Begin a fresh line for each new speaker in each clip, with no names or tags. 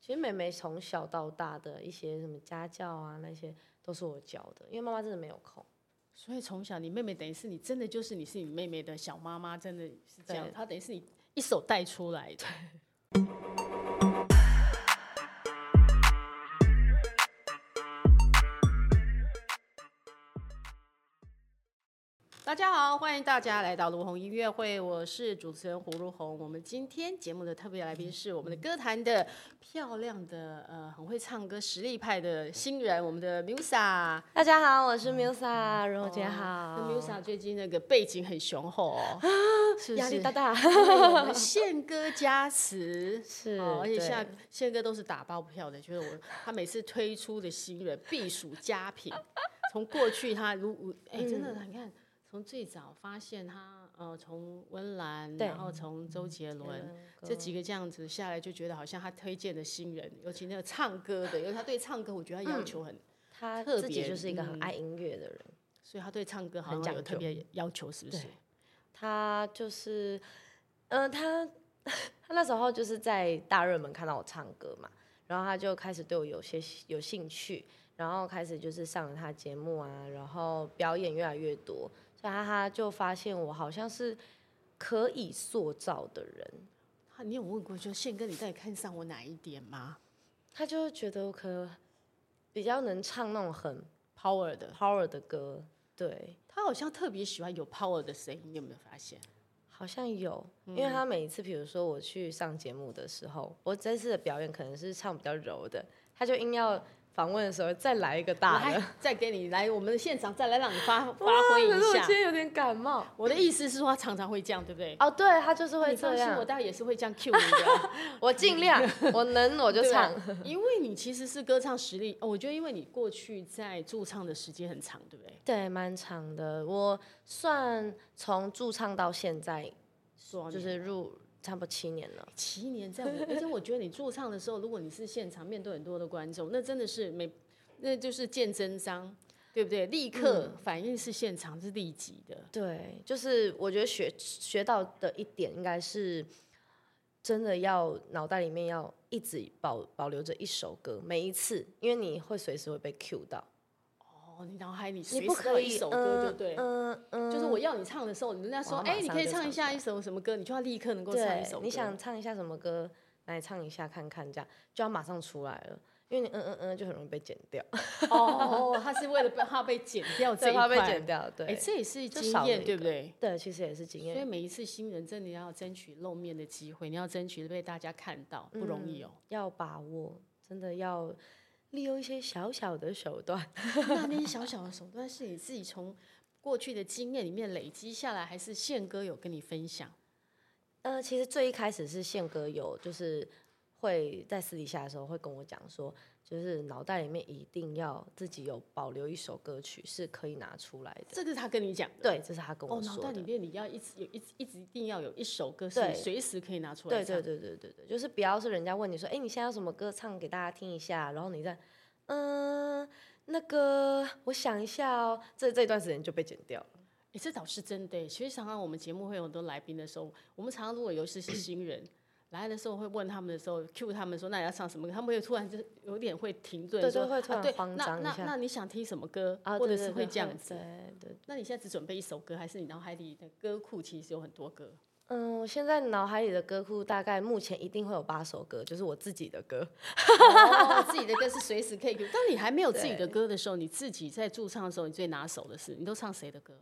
其实妹妹从小到大的一些什么家教啊，那些都是我教的，因为妈妈真的没有空。
所以从小你妹妹等于是你真的就是你是你妹妹的小妈妈，真的是这样，
对
她等于是你一手带出来的。大家好，欢迎大家来到卢红音乐会，我是主持人胡如红。我们今天节目的特别来宾是我们的歌坛的漂亮的呃，很会唱歌实力派的新人，我们的 Musa。
大家好，我是 Musa，荣
哦
荣姐好。
那 Musa 最近那个背景很雄厚 哦，是不
压力
是
大大，
因为我们宪哥加 持
是
哦，而且
对
现在宪哥都是打包票的，就是我他每次推出的新人必属 佳品。从过去他如哎、
嗯
真的你看，从最早发现他呃，从温岚，
对嗯
然后从周杰伦。这几个这样子下来，就觉得好像他推荐的新人，尤其那个唱歌的，因为他对唱歌，我觉得他
嗯
要求很
他
特
自己
别
就是一个很
嗯
爱音乐的人，
所以他对唱歌好
很
像
讲
有特
究
别要求，是不是？
他就是，嗯、他 他那时候就是在大热门看到我唱歌嘛，然后他就开始对我有些有兴趣，然后开始就是上了他节目啊，然后表演越来越多，所以他他就发现我好像是可以塑造的人，
他你有问过说宪哥，你到底看上我哪一点吗
他就觉得我可能比较能唱那种很
？Power 的，
power 的歌，对，
他好像特别喜欢有 power 的声音，你有没有发现？
好像有，因为他每一次，比如说我去上节目的时候，我这次的表演可能是唱比较柔的，他就硬要访问的时候再来一个大的
来。，再给你来我们的现场，再来让你发发
哇
挥
可是
一
我
下
今。天有点感冒。
我的意思是说，他常常会这样，对不对？
哦，对啊他就是会
你
这
放心，
样。
我大概也是会这样 cue 你的，
我尽量，我能 我就
对吧
唱。
因为你其实是歌唱实力，哦我觉得因为你过去在驻唱的时间很长，对不对？
对，蛮长的。我算从驻唱到现在，
说
就是入差不多七年了。
七年在我，而且我觉得你驻唱的时候，如果你是现场面对很多的观众，那真的是没，那就是见真章，对不对？立刻
嗯
反应是现场是立即的，
对，就是我觉得学学到的一点，应该是真的要脑袋里面要一直保保留着一首歌，每一次，因为你会随时会被 cue 到，
哦，你脑海里
你
随
不
时都有
可
一
以
首歌，对不对？
嗯嗯，
就是我要你唱的时候，人家
我
说，
要马
哎、
上
你可以
就
唱一
唱
下
出来
一首什么歌，你就要立刻能够唱一
对
首，歌。
你想唱一下什么歌，来唱一下看看，这样就要马上出来了，因为你嗯嗯嗯就很容易被剪掉，
哦，他是为了怕被剪掉这
最
一
怕
块，
被剪掉，对，
哎、这也是
就
经
少了
验，
一
对不对？
对，其实也是经
所以
验，
每一次新人真的要争取露面的机会，你要争取被大家看到，不容易哦。
要把握，真的要利用一些小小的手段。
那那些小小的手段是你自己从过去的经验里面累积下来，还是宪哥有跟你分享？
呃，其实最一开始是宪哥有，就是会在私底下的时候会跟我讲说，就是脑袋里面一定要自己有保留一首歌曲是可以拿出来的。
这个是他跟你讲的。
对，这是他跟
哦，
我
脑
说
袋
的。
里面你要一直有一直一直一定要有一首歌是
对
你随时可以拿出来
对
唱。
对对对对对，就是不要是人家问你说，哎，你现在有什么歌唱给大家听一下，然后你再，嗯，那个我想一下哦，这这段时间就被剪掉了。
诶这倒是真的耶。其实常常我们节目会有很多来宾的时候，我们常常如果尤其是新人来的时候，会问他们的时候，Q 他们说那你要唱什么歌，他们会突然就有点会停顿，
对
说
对会突
啊
然
对
慌张一
那那
下
那你想听什么歌，
啊，
或
对
者是
对对
哦会这样子。
对对
那你现在只准备一首歌，还是你脑海里的歌库其实有很多歌？
嗯，我现在脑海里的歌库大概目前一定会有八首歌，就是我自己的歌。
哦，自己的歌是随时可以。当你还没有自己的歌的时候，你自己在驻唱的时候，你最拿手的是，你都唱谁的歌？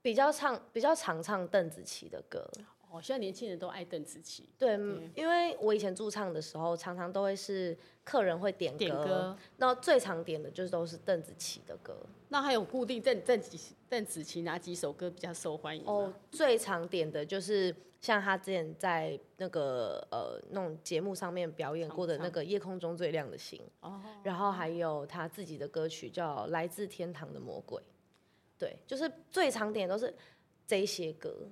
比较唱比较常唱邓紫棋的歌，
哦，现在年轻人都爱邓紫棋，
对，嗯
嗯
因为我以前驻唱的时候，常常都会是客人会点歌，
点歌。
那最常点的就是都是邓紫棋的歌。
那还有固定邓邓紫邓紫棋哪几首歌比较受欢迎？
哦
哦，，
最常点的就是像她之前在那个呃那种节目上面表演过的那个《夜空中最亮的星》，
哦，
然后还有她自己的歌曲叫《来自天堂的魔鬼》，对，就是最常点都是这些歌。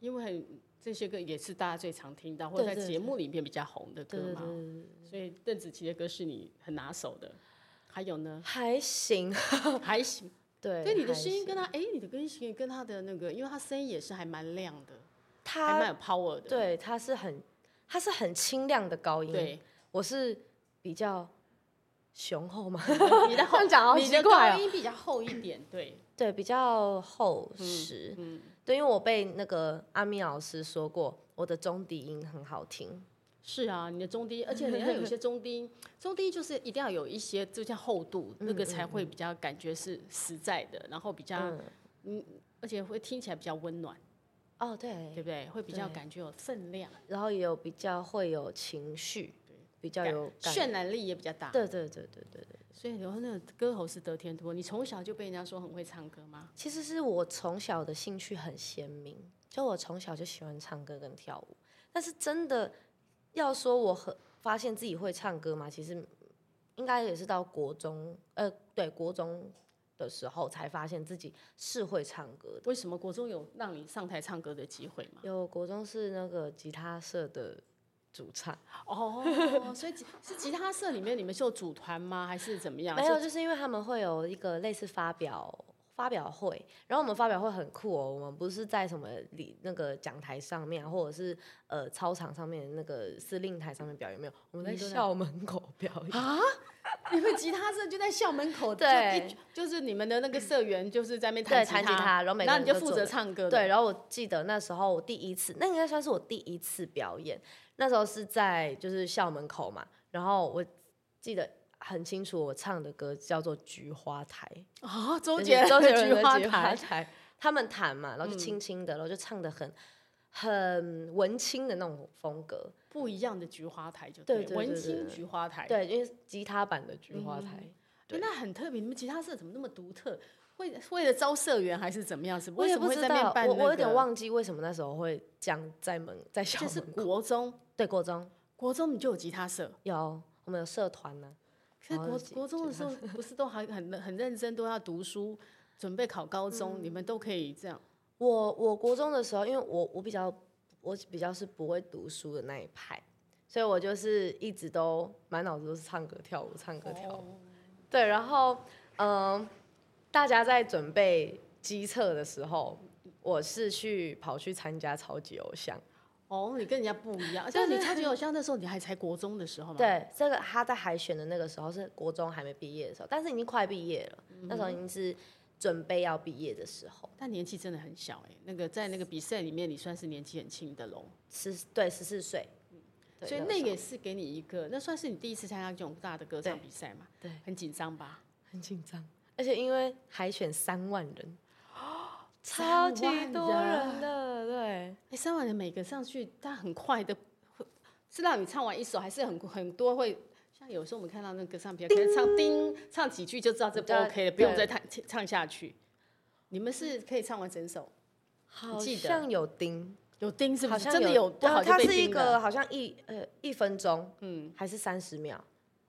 因为很这些歌也是大家最常听到，或
对
者在
对
节目里面比较红的
对
歌
对
嘛。
对，，
所以邓紫棋的歌是你很拿手的。还有呢
还行，
还行。
对，
对，你的
还
声音
行
跟他，哎，你的歌音跟他的那个，因为他声音也是还蛮亮的，还
她
蛮有 power 的。
对，他是很，他是很清亮的高音。
对，
我是比较雄厚嘛，
嗯 你的
这样讲好
你的
奇
高
怪哦、
音比较厚一点，对，
对，比较厚实。
嗯，
对，因为我被那个阿米老师说过，我的中低音很好听。
是啊，你的中低，而且人家有些中低，中低就是一定要有一些就像厚度，那个才会比较感觉是实在的，然后比较
嗯，
而且会听起来比较温暖，
哦
对
对，
不对？会比较
对
感觉有分量，
然后也有比较会有情绪，比较有感。
渲染力也比较大。
对对对对对对，
所以刘亨的歌喉是得天独厚。你从小就被人家说很会唱歌吗？
其实是我从小的兴趣很鲜明，就我从小就喜欢唱歌跟跳舞。但是真的要说我很发现自己会唱歌嘛，其实应该也是到国中，呃，对，国中的时候才发现自己是会唱歌的。
为什么国中有让你上台唱歌的机会吗？
有国中是那个吉他社的主唱，
哦，所以吉是吉他社里面你们是有组团吗？还是怎么样？
没有，就是因为他们会有一个类似发表发表会，然后我们发表会很酷哦，我们不是在什么里那个讲台上面啊，或者是呃操场上面那个司令台上面表演，没有，我们在
嗯对
校门口表演。
啊？你们吉他社就在校门口，就
对
一就是你们的那个社员就是在那边
对，
弹
弹吉
他，
他，然后每个
然后
人
你就
都
负
坐
责
着
唱歌的，
对，然后我记得那时候我第一次，那应该算是我第一次表演。那时候是在就是校门口嘛，然后我记得很清楚，我唱的歌叫做《菊花台》，
啊，周
就是
杰伦
周杰伦
的菊
的
花
菊花
台，
台，他们弹嘛，然后就轻轻的，然后就唱的很很文青的那种风格。
不一样的菊花台就
对
了
对对
文
对
青
对
菊花台，
对，因为吉他版的菊花台。
对，那很特别。你们吉他社怎么那么独特？为为了招社员还是怎么样？是
我
为
也
什么
不
会
知
在那
道
边，办、
我
那个？
我有点，忘记为什么那时候会讲在门在校
这是
门口。
国中，
对，国中哦
国中你就有吉他社。
有我们有社团呢、
可是
哦
国
吉
国中的时候不是都还很很认真，都要读书，准备考高中，
嗯
你们都可以这样。
我我国中的时候，因为我我比较我比较是不会读书的那一派，所以我就是一直都满脑子都是唱歌跳舞，唱歌跳舞。对，然后嗯、呃大家在准备机测的时候，我是去跑去参加超级偶像。
哦，你跟人家不一样。
对
但你
对
超级偶像那时候你还才国中的时候嘛。。
对，这个他在海选的那个时候是国中还没毕业的时候，但是已经快毕业了，那时候已经是准备要毕业的时候，
但年纪真的很小哎、那个在那个比赛里面，你算是年纪很轻的喽。
十对十四岁。对
所以
个
那
时候
也是给你一个，那算是你第一次参加这种大的歌唱比赛嘛？
对，
很紧张吧？
很紧张，而且因为海选三万 人，超
三
级
万
多
人
人的，对，
哎，三万人每个上去，他很快的，会是让你唱完一首，还是很很多会。像有时候我们看到那个唱片，可能唱叮唱几句就知道这不
对
OK 了，不
对
用再唱唱下去。你们是可以唱完整首，
好
记得
像有钉，
有叮是不
好
是？
像
真的有不好
对
就
它
被
是一
叮了，
个好像一呃一分钟，嗯，还是三十秒，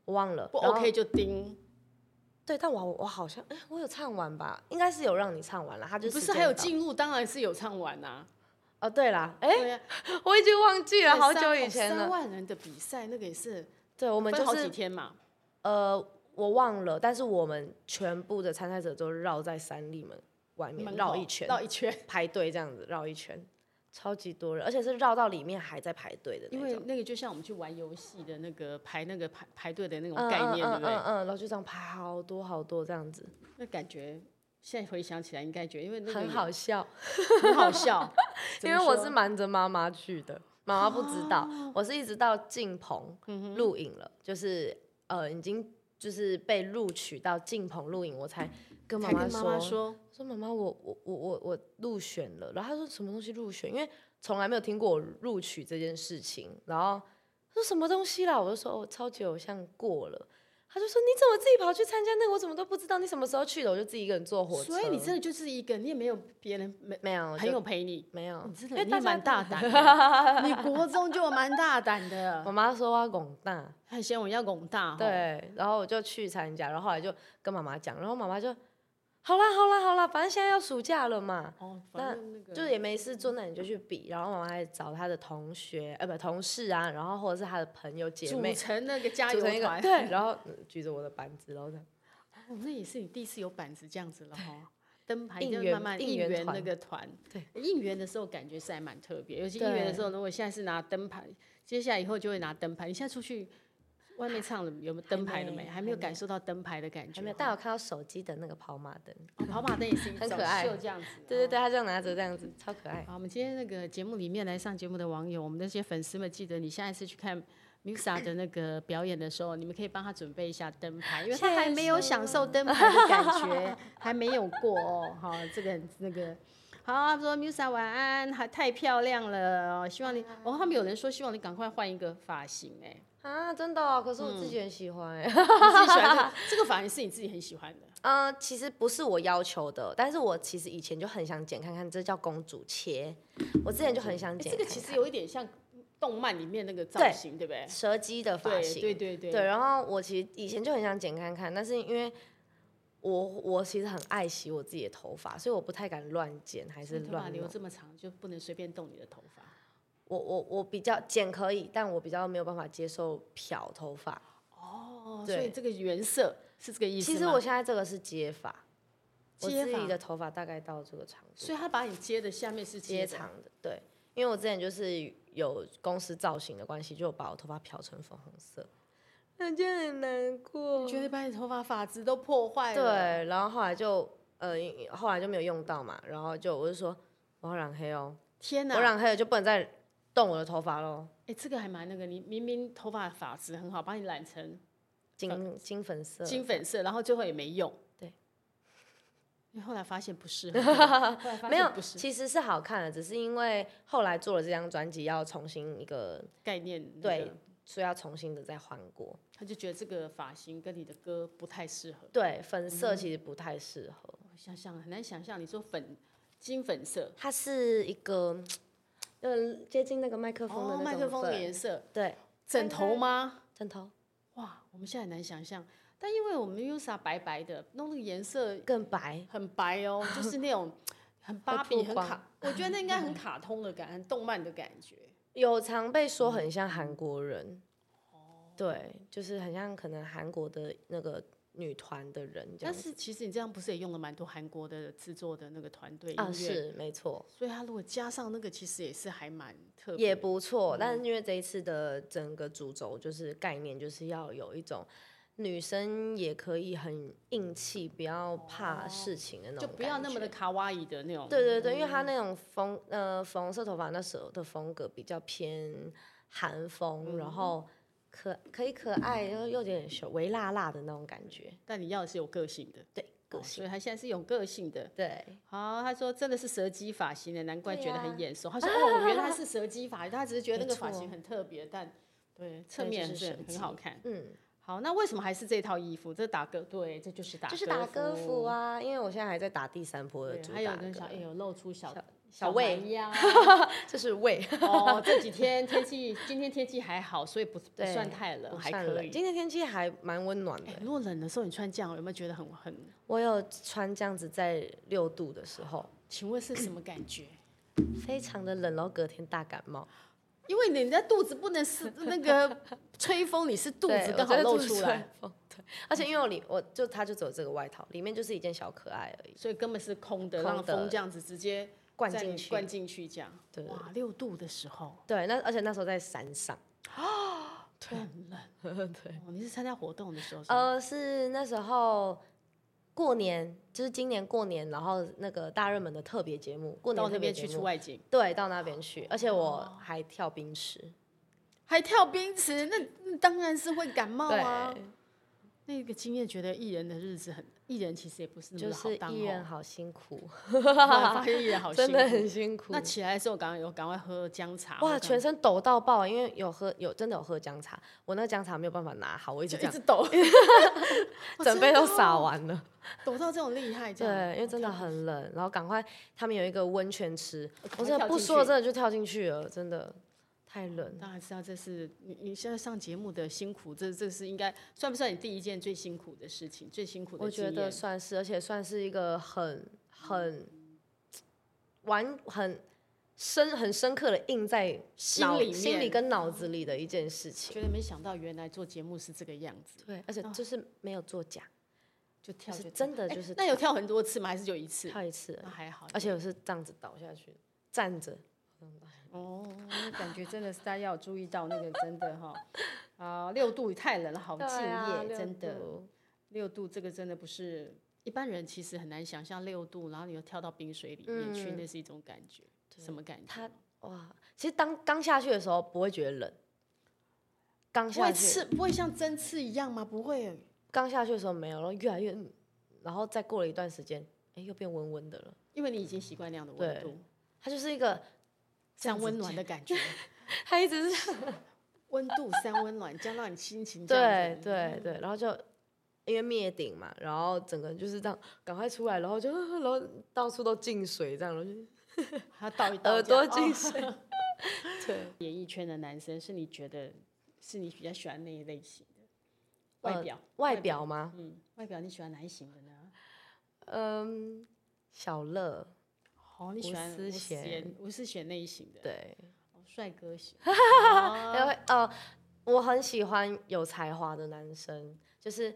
我忘了，
不
然后
OK 就叮。
对，但我我好像哎、我有唱完吧，应该是有让你唱完了，他就
不
时
是
间
还有
到
进入，当然是有唱完啊。
哦，对啦，哎、
对啊，
我已经忘记了，
对
好
三
久
哦
以前
三
了，
万人的比赛那个也是
对，我们
分好
就
几
是
天嘛。
呃。我忘了，但是我们全部的参赛者都绕在三立门外面
门
绕
口
一圈，
绕一圈。
排队这样子绕一圈，超级多人，而且是绕到里面还在排队的
因
那
为
种。
那个就像我们去玩游戏的那个排那个排排队的那种
嗯
概念，对
嗯
不
嗯
对
嗯？嗯，然后就这样排好多好多这样子，
那感觉现在回想起来，应该觉得因为那个
很
也哦
好笑。，
很好笑
因为我是瞒着妈妈去的，妈妈不知道，
哦
我是一直到进棚录影
嗯
了，就是呃已经就是被录取到进棚录影，我才跟妈
才跟妈
说，
妈说，
说妈妈我我我我我入选了，然后她说什么东西入选，因为从来没有听过我录取这件事情，然后她说什么东西啦，我就说哦超级偶像过了，她就说你怎么自己跑去参加那个，我怎么都不知道，你什么时候去的，我就自己一个人坐火车，
所以你真的就是一个，你也没有别人没
没有
朋
就
友陪你，
没有，
你真
嗯因
的
为
你
大家
也蛮
都
大胆 的，你国中就蛮大胆的
我，妈说我拱大，
还嫌我要拱大，，
对，然后我就去参加，然后后来就跟妈妈讲，然后妈妈就好啦好啦好啦，反正现在要暑假了嘛，
哦，
那
反正那个
就是也没事做，那你就去比。然后妈妈还找她的同学，呃，不，同事啊，然后或者是她的朋友姐
组
妹，
成那个加
组
油
成一个
团，
对，然后嗯举着我的板子，然后这样
哦，那也是你第一次有板子这样子了哈。灯牌
应
就
援
慢慢
应
应
援
援那
团
个团，
对
应援的时候感觉是还蛮特别，尤其应援的
对
时候，如果现在是拿灯牌，接下来以后就会拿灯牌。你现在出去外面唱了有没有灯牌了没？
还没
还没
还没
有感受到灯牌的感觉
还
哦。
没有，但我看到手机的那个跑马灯，
哦跑马灯也是一
很
种
可爱
秀这样子。
对对对，他这样拿着这样子，超可爱。
好，我们今天那个节目里面来上节目的网友，我们那些粉丝们，记得你下一次去看 Musa 的那个表演的时候，你们可以帮他准备一下灯牌，因为他还没有享受灯牌的感觉，还没有过哦。好，这个很那个。好，他说 Musa 晚安，还太漂亮了哦，希望你。哦，他们有人说希望你赶快换一个发型、哎，
啊，真的哦、可是我自己很喜欢哎、
你自己喜欢这个这个发型是你自己很喜欢的，
嗯、其实不是我要求的，但是我其实以前就很想剪看看，这叫公主切。我之前就很想
哎
剪
这
看
个
看、
其实有一点像动漫里面那个造
对
型，对不对？
蛇姬的发型，
对对对
对，然后我其实以前就很想剪看看，但是因为我我其实很爱惜我自己的头发，所以我不太敢乱剪，还是
你头发
乱
哎留
弄。
这么长，就不能随便动你的头发。
我我我比较剪可以，但我比较没有办法接受漂头发。
哦，所
对
以这个原色是这个意思吗。
其实我现在这个是接发，我
接
自己
发
的头发大概到这个长度，
所以他把你接的下面是
接
接的
长的。对，因为我之前就是有公司造型的关系，就把我头发漂成粉红色，那就很难过。
觉得把你头发发质都破坏了。
对，然后后来就呃，因为后来就没有用到嘛，然后就我就说我要染黑哦，
天哪！
我染黑了就不能再动我的头发喽，
哎，这个还蛮那个，你明明头发发质很好，把你染成
金金粉色，
呃金粉色，然后最后也没用。
对。
你后来发现不 是，后来发
没有
现，不是
其实是好看的，只是因为后来做了这张专辑要重新一个，
概念，那
对
个，
所以要重新的再换过。
他就觉得这个发型跟你的歌不太适合。
对，粉
嗯
色其实不太适合，
我想想很难想象，你说粉金粉色，
它是一个嗯接近那个麦克风的
哦，
那
麦
种
克风的
粉
颜色，
对，
枕头吗？
枕头
哇，我们现在很难想象，但因为我们 USA 白白的，弄那个颜色
更白，
很白哦， 就是那种很芭
曝
比、很
光
卡，我觉得那应该 很卡通的感，很动漫的感觉。
有常被说
嗯
很像韩国人，对，就是很像可能韩国的那个女团的人这
但
样子
是其实你这样不是也用了蛮多韩国的制作的那个团队音乐，
啊，是没错，
所以他如果加上那个，其实也是还蛮特别
也
的。
不错。但
嗯
是因为这一次的整个主轴就是概念，就是要有一种女生也可以很硬气，不要怕事情的那
哦就
种，
不要那么的。卡哇伊的那种，嗯
对对对，因为她那种风，呃，粉红色头发那时候的风格比较偏韩风，
嗯
然后可可以可爱，然后又有点小微辣辣的那种感觉。
但你要的是有个性的，
对，个
哦
性。
所以他现在是有个性的。
对，
好，他说真的是蛇姬发型的，难怪
对
觉得
呀
很眼熟。他说哦，原来是蛇姬发型，他只是觉得那
没
个发
错
型很特别，但对侧
对
面
就是
是
蛇
很
姬
好看。
嗯，
好，那为什么还是这套衣服？这打歌对，这就是打
就是打歌
歌
服。啊，因为我现在还在打第三波的
对，
主
还有
打
跟小哎
歌，
有露出小
小胃
蛮腰
这是胃，
哦，这几天天气，今天天气还好，所以不不
对
算太冷，
不
还
算
可
冷
以。
今天天气还蛮温暖的
哎，，如果冷的时候你穿这样，有没有觉得很很？
我有穿这样子在六度的时候，
请问是什么感觉？
非常的冷，然后隔天大感冒，
因为你的肚子不能是那个吹风，你是肚
对
子
我
刚好
觉得
露
肚
出
子
来
会，疯对，而且因为我里我就它就只有这个外套，里面就是一件小可爱而已，
所以根本是空的，
空
让
的
风这样子直接
灌
在
进
你
去
灌进去这样。
对
哇，六度的时候
对，那而且那时候在山上，
很冷。
对，
哦，你是参加活动的时候是吗？
呃，是那时候过年，就是今年过年，然后那个大热门的特别节目，过
到
年
那
特别
边
节
去
目
出外哦景，
对，到那边去，而且我还跳冰池，
还跳冰池，那那当然是会感冒啊。
对，
那个经验觉得艺人的日子很，艺人其实也不是那
就
么好
是
当
艺人
哦。
好辛 苦，
突然发现艺人好辛
真
苦，
的很辛苦
那。起来的时候，赶快有赶快喝姜茶。
哇，
或
全
干
身抖到爆，因为有喝有真的有喝姜茶，我那个姜茶没有办法拿好，我一直
就
这
一
样
直，抖， 哦
整杯都洒，
真的
完了。
哦抖到这种厉害，这
对
样，
因为真的很冷，然后赶快他们有一个温泉池，我
快
真的
跳
不
进
说了，
去
真的就跳进去了，真的太冷。
当然知道这是你你现在上节目的辛苦，这这是应该算不算你第一件最辛苦的事情，最辛苦的
我
经验？
觉得算是，而且算是一个很很完很深很深刻的印在
心
脑
里面
心里跟脑子里的一件事情。啊
觉得没想到原来做节目是这个样子，
对，而且就是没有作假，
就跳
是
就
真的
哎
就是
那有跳很多次吗？还是就一次？哦
跳一次而
那
已，
还好，
而且我是这样子倒下去，站着不用担心。
哦，那感觉真的是大家要有注意到那个真的哈，啊、六度也太冷了，好敬
对
业，
啊六
真的
度
六度这个真的不是一般人其实很难想象六度，然后你又跳到冰水里面去，
嗯
那是一种感觉，什么感觉
它？哇，其实当刚下去的时候不会觉得冷，刚
不
下
会
去
刺，不会像针刺一样吗？不会，啊
刚下去的时候没有，然后越来越，嗯然后再过了一段时间，哎，又变温温的了。
因为你已经习惯那样的温
对
度，
它就是一个，
像温暖的感觉，
它一直是
温度三温暖，这样让你心情这样
对
子
对对，然后就因为灭顶嘛，然后整个人就是这样赶快出来，然后就 然后到处都进水这样，然后就
还要倒一倒
耳
这样
朵进
哦
水， 对。
演艺圈的男生是你觉得是你比较喜欢那一类型的？外
呃
表，
外表吗？
嗯，外表你喜欢哪一型的呢？
嗯，小乐，
哦，你喜
吴
欢
思
吴
贤
贤、吴思贤那一型的，
对，
哦，帅 哥型。哦
因为呃，我很喜欢有才华的男生，就是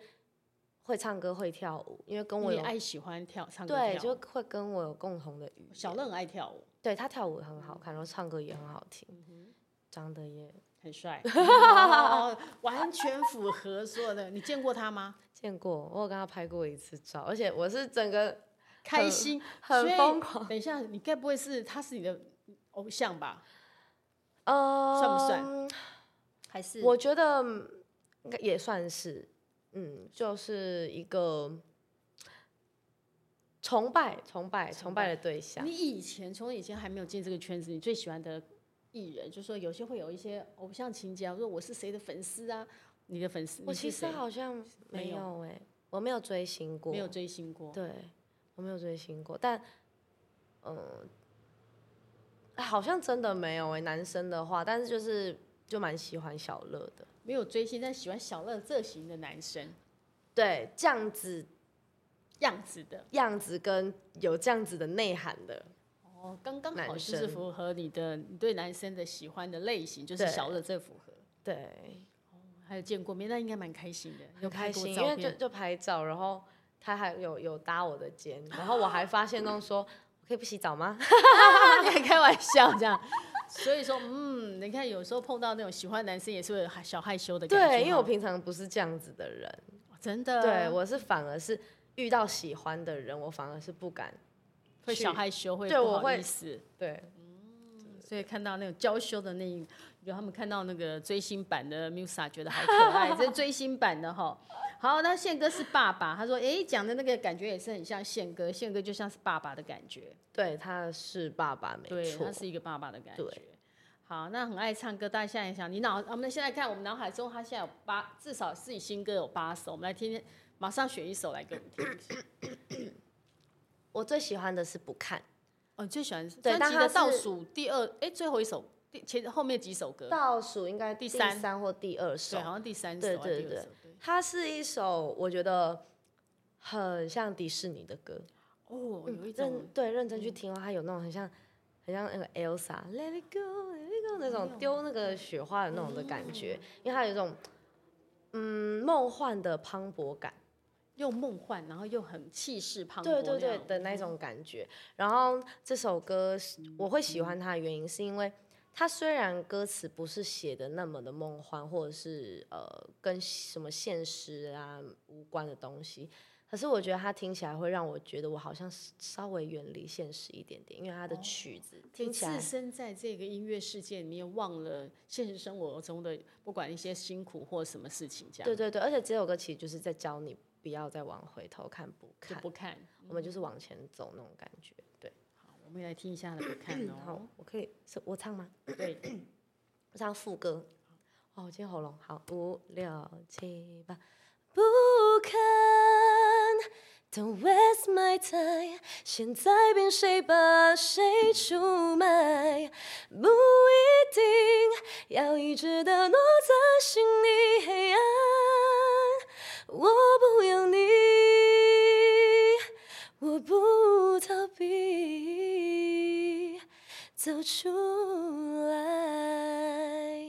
会唱歌会跳舞，因为跟我
你
有
爱喜欢跳唱歌
对，就
跳舞
会跟我有共同的语
小
言，
乐很爱跳舞，
对他跳舞很好看，然后唱歌也很好听，
嗯哼，
长得也
很帅，哦完全符合所有的。你见过他吗？
见过，我有跟他拍过一次照，而且我是整个
开
很
心，
很
所以
疯狂。
等一下，你该不会是他是你的偶像吧？
呃，
算不算还是
我觉得嗯应该也算是，嗯，就是一个崇拜、崇拜、崇拜的对象
你。以前从以前还没有进这个圈子，你最喜欢的艺人，就说有些会有一些偶像情节啊，说我是谁的粉丝啊，你的粉丝，
我
你是
其实
谁
好像
没
没
有
有哎、我没有追星过，
没有追星过，
对，我没有追星过，但嗯、好像真的没有哎、男生的话，但是就是就蛮喜欢小乐的。
没有追星，但喜欢小乐这型的男生
对，这样子
样子的。
样子跟有这样子的内涵的，
哦，刚刚好
男
就是
生
符合你的你对男生的喜欢的类型，就是
对
小乐这符合。
对，
还有见过面，那应该蛮开心的，
很
有拍
开
过
心，因
照
为就
片。
就拍照，然后他还有有搭我的肩，然后我还发现到说，我可以不洗澡吗？
你 还开玩笑这样，所以说，嗯，你看有时候碰到那种喜欢男生也是会有小害羞的感觉哈。
对，因为我平常不是这样子的人，
真的
对我是反而是遇到喜欢的人，我反而是不敢
会
去
小害羞，会
对
不
我
好
会
意思。
对
所以看到那种娇羞的那一，有他们看到那个追星版的 Musa，觉得好可爱，这是追星版的哈。 好，那宪哥是爸爸，他说，诶，讲的那个感觉也是很像宪哥，宪哥就像是爸爸的感觉，
对他是爸爸没
对，
错
他，是一个爸爸的感觉
对。
好，那很爱唱歌，大家现在想，你脑，我们现在看我们脑海中，他现在有八，至少自己新歌有八首，我们来听听，马上选一首来给我们听一下。
我最喜欢的是不看
哦，你最喜 欢
对
专辑
但他
的
是
倒数第二，诶，最后一首，第前后面几首歌，
倒数应该
第
第
三
三或第二首
对，，好像第三首
对
啊，第
对
二
对
首，对。
它是一首我觉得很像迪士尼的歌，
哦，有一
认
种嗯
对认真去听哦，它有那种很像很像那个 Elsa Let It Go Let It Go 那种
啊
丢那个雪花的那种的感觉，因为它有一种嗯梦幻的磅礴感，
又梦幻，然后又很气势磅礴那
对
样，嗯
对对的那种感觉。然后这首歌是我会喜欢它的原因是因为。它虽然歌词不是写的那么的梦幻，或者是呃跟什么现实啊无关的东西，可是我觉得它听起来会让我觉得我好像是稍微远离现实一点点，因为它的
哦
曲子听
你
起来
置身在这个音乐世界里面，忘了现实生活中的不管一些辛苦或什么事情，这样
对对对，而且这首歌其实就是在教你不要再往回头看，不
就
看，
不嗯看。
我们就是往前走那种感觉。对，
好，我们也来听一下了，不看
好
哦。，
我可以是我唱吗？
对，
我唱副歌。哦，我今天喉咙好，五六七八，不看。Don't waste my time，现在变谁把谁出卖，不一定要一直的躲在心里黑暗。我不要你，我不逃避，走出来。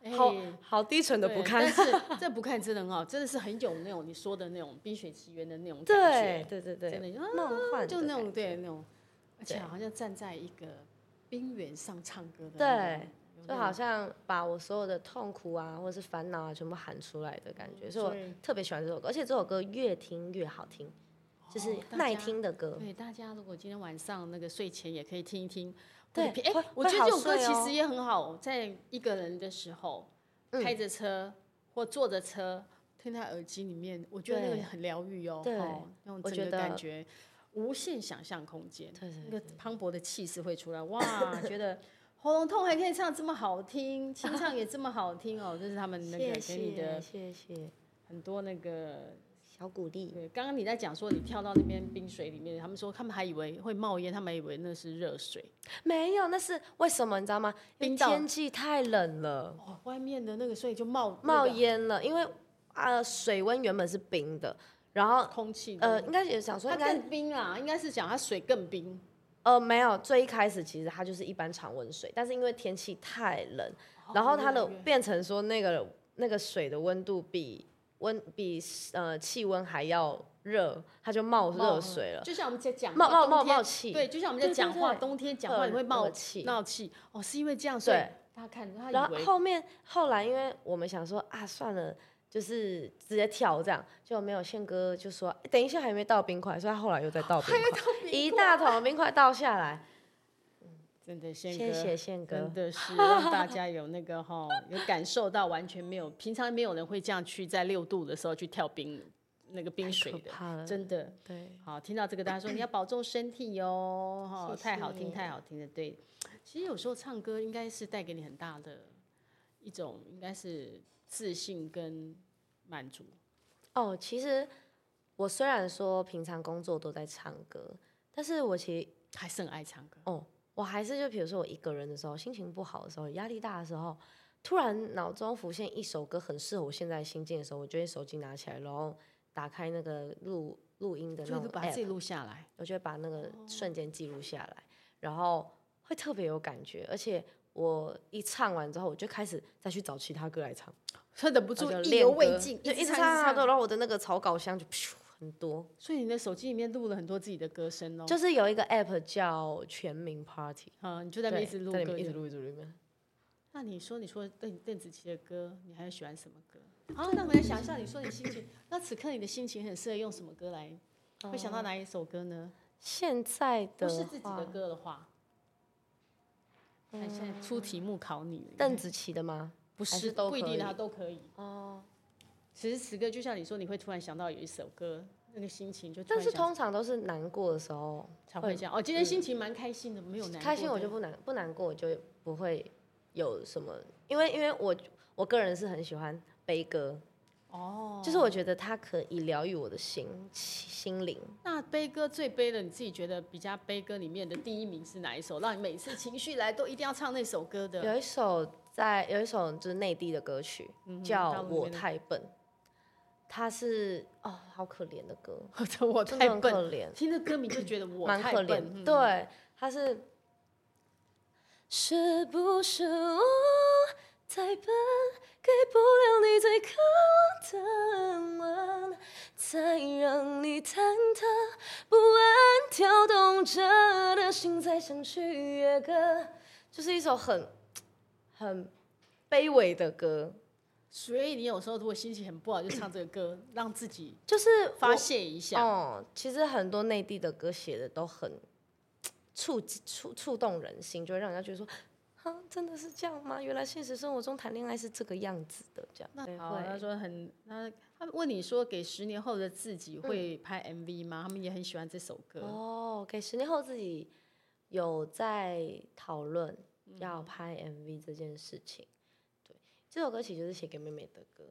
哎
好好低沉的
对
不看，
但是 这不看真的很好，真的是很有那种你说的那种《冰雪奇缘》的那种感
对
觉，
对对
真
对，
的啊
梦幻
就
的
那种
感觉
对那种，而且
对
好像站在一个冰原上唱歌的那
对
种，，有
就
那
好
种
像把我所有的痛苦啊，或者是烦恼啊，全部喊出来的感觉，所以
所以
我特别喜欢这首歌，而且这首歌越听越好听，就是
哦大
耐
家
听的歌。
对，大家如果今天晚上那个睡前也可以听一听。
对
或者哎、
会
我
会
觉得
好
这首歌
睡
其
哦
实也很好，在一个人的时候，
嗯
开着车或坐着车，听在耳机里面，我觉得那个
对
很疗愈哦，
对
哦那
我
种整
觉
个感
得
觉无限想象空间，
对对
那个磅礴的气势会出来，哇，觉得。喉咙痛还可以唱这么好听，清唱也这么好听哦，这是他们那个
谢
给你
谢
的
谢谢
很多那个
小鼓励，
对，刚刚你在讲说你跳到那边冰水里面，他们说他们还以为会冒烟，他们还以为那是热水。
没有，那是为什么你知道吗？因为
冰岛
天气太冷了。
哦，外面的那个所以就冒
冒
那个
烟了，因为呃水温原本是冰的，然后
空气的
呃应该也想说
它
应该
更冰啦，应该是讲它水更冰。
呃没有，最一开始其实它就是一般常温水，但是因为天气太冷，哦然后它的
哦越来越
变成说那个那个水的温度比温比呃气温还要热，它就冒热水了。
就像我们在讲
冒
话
冒
嗯哦冬
冒
天
冒气
对，就像我们在
对对
讲话，
对
冬天讲
会
话
有
你会
那个
冒
气
冒气哦，是因为这样，所以
对
大家看他
然
以
后
为
后面后来，因为我们想说啊，算了，就是直接跳这样，就没有宪哥就说、欸等一下还没到冰块，所以他后来又在倒冰块，一大桶冰块倒下来，
真的宪
谢
哥。
谢宪哥
真。的是让大家有那个哈，有感受到完全没有，平常没有人会这样去在六度的时候去跳冰那个冰水
可
的，
怕了，
真的。
对，
好，听到这个，大家说你要保重身体哟，哈，
谢
太好听，
谢
太好听了。对，其实有时候唱歌应该是带给你很大的一种，应该是自信跟满足。
哦，其实我虽然说平常工作都在唱歌，但是我其实
还是很爱唱歌，
哦，我还是就比如说我一个人的时候，心情不好的时候，压力大的时候，突然脑中浮现一首歌很适合我现在心境的时候，我就会手机拿起来，然后打开那个录录音的那
就
种
是把自己哦
app，
录下来。
我就会把那个瞬间记录下来，然后会特别有感觉，而且。我一唱完之后，我就开始再去找其他歌来唱，
他忍不
然后就
住意
哦练
犹
歌
未尽，
就一直
唱
唱
一
唱
直
唱，
唱。
然后我的那个草稿箱就咻很多，
所以你的手机里面录了很多自己的歌声哦，
就是有一个 app 叫全民 Party，
啊，你就在那边一直录
在里
歌
面一直
的。
录一直录一直录。
那你说，你说邓邓紫棋的歌，你还喜欢什么歌？
哦
好，那我们来想一下，
嗯
你说你心情，那此刻你的心情很适合用什么歌来？会想到哪一首歌呢？
现在哦的
不是自己
话
的，歌的话，看现在出题目考你了，
邓紫棋的吗？
不
还
是
是都
不一定
可以
啊，都可以。
哦，
此时此刻，就像你说，你会突然想到有一首歌，那个心情就突
但
然
是
想
通常都是难过的时候，
才会这样。哦，今天心情蛮开心的，没有难过的。
开心我就不难，不难过我就不会有什么，因为因为我我个人是很喜欢悲歌，
哦，
就是我觉得它可以疗愈我的心心灵。
那悲歌最悲的，你自己觉得比较悲歌里面的第一名是哪一首？让你每次情绪来都一定要唱那首歌的。
有一首在有一首就是内地的歌曲、
嗯哼
叫
大
《
陆那
我
边的
太笨》，它是哦好可怜的歌，
我
真
太
的很
笨，
可怜，
听着歌名就觉得我
蛮
太
可
笨
怜。
嗯
对，它是是不是我太笨，给不了你最渴的吻，才让你忐忑不安，跳动着的心才想去越歌，就是一首很很卑微的歌，
所以你有时候如果心情很不好，就唱这个歌，让自己
就是
发
我
泄一下。
哦，其实很多内地的歌写的都很触触触动人心，就会让人家觉得说，啊，真的是这样吗？原来现实生活中谈恋爱是这个样子的，这样。对
好，他
会
说很，他他问你说给十年后的自己会拍 MV 吗？他们也很喜欢这首歌。
哦，给十年后自己有在讨论要拍 MV 这件事情。对，这首歌其实就是写给妹妹的歌，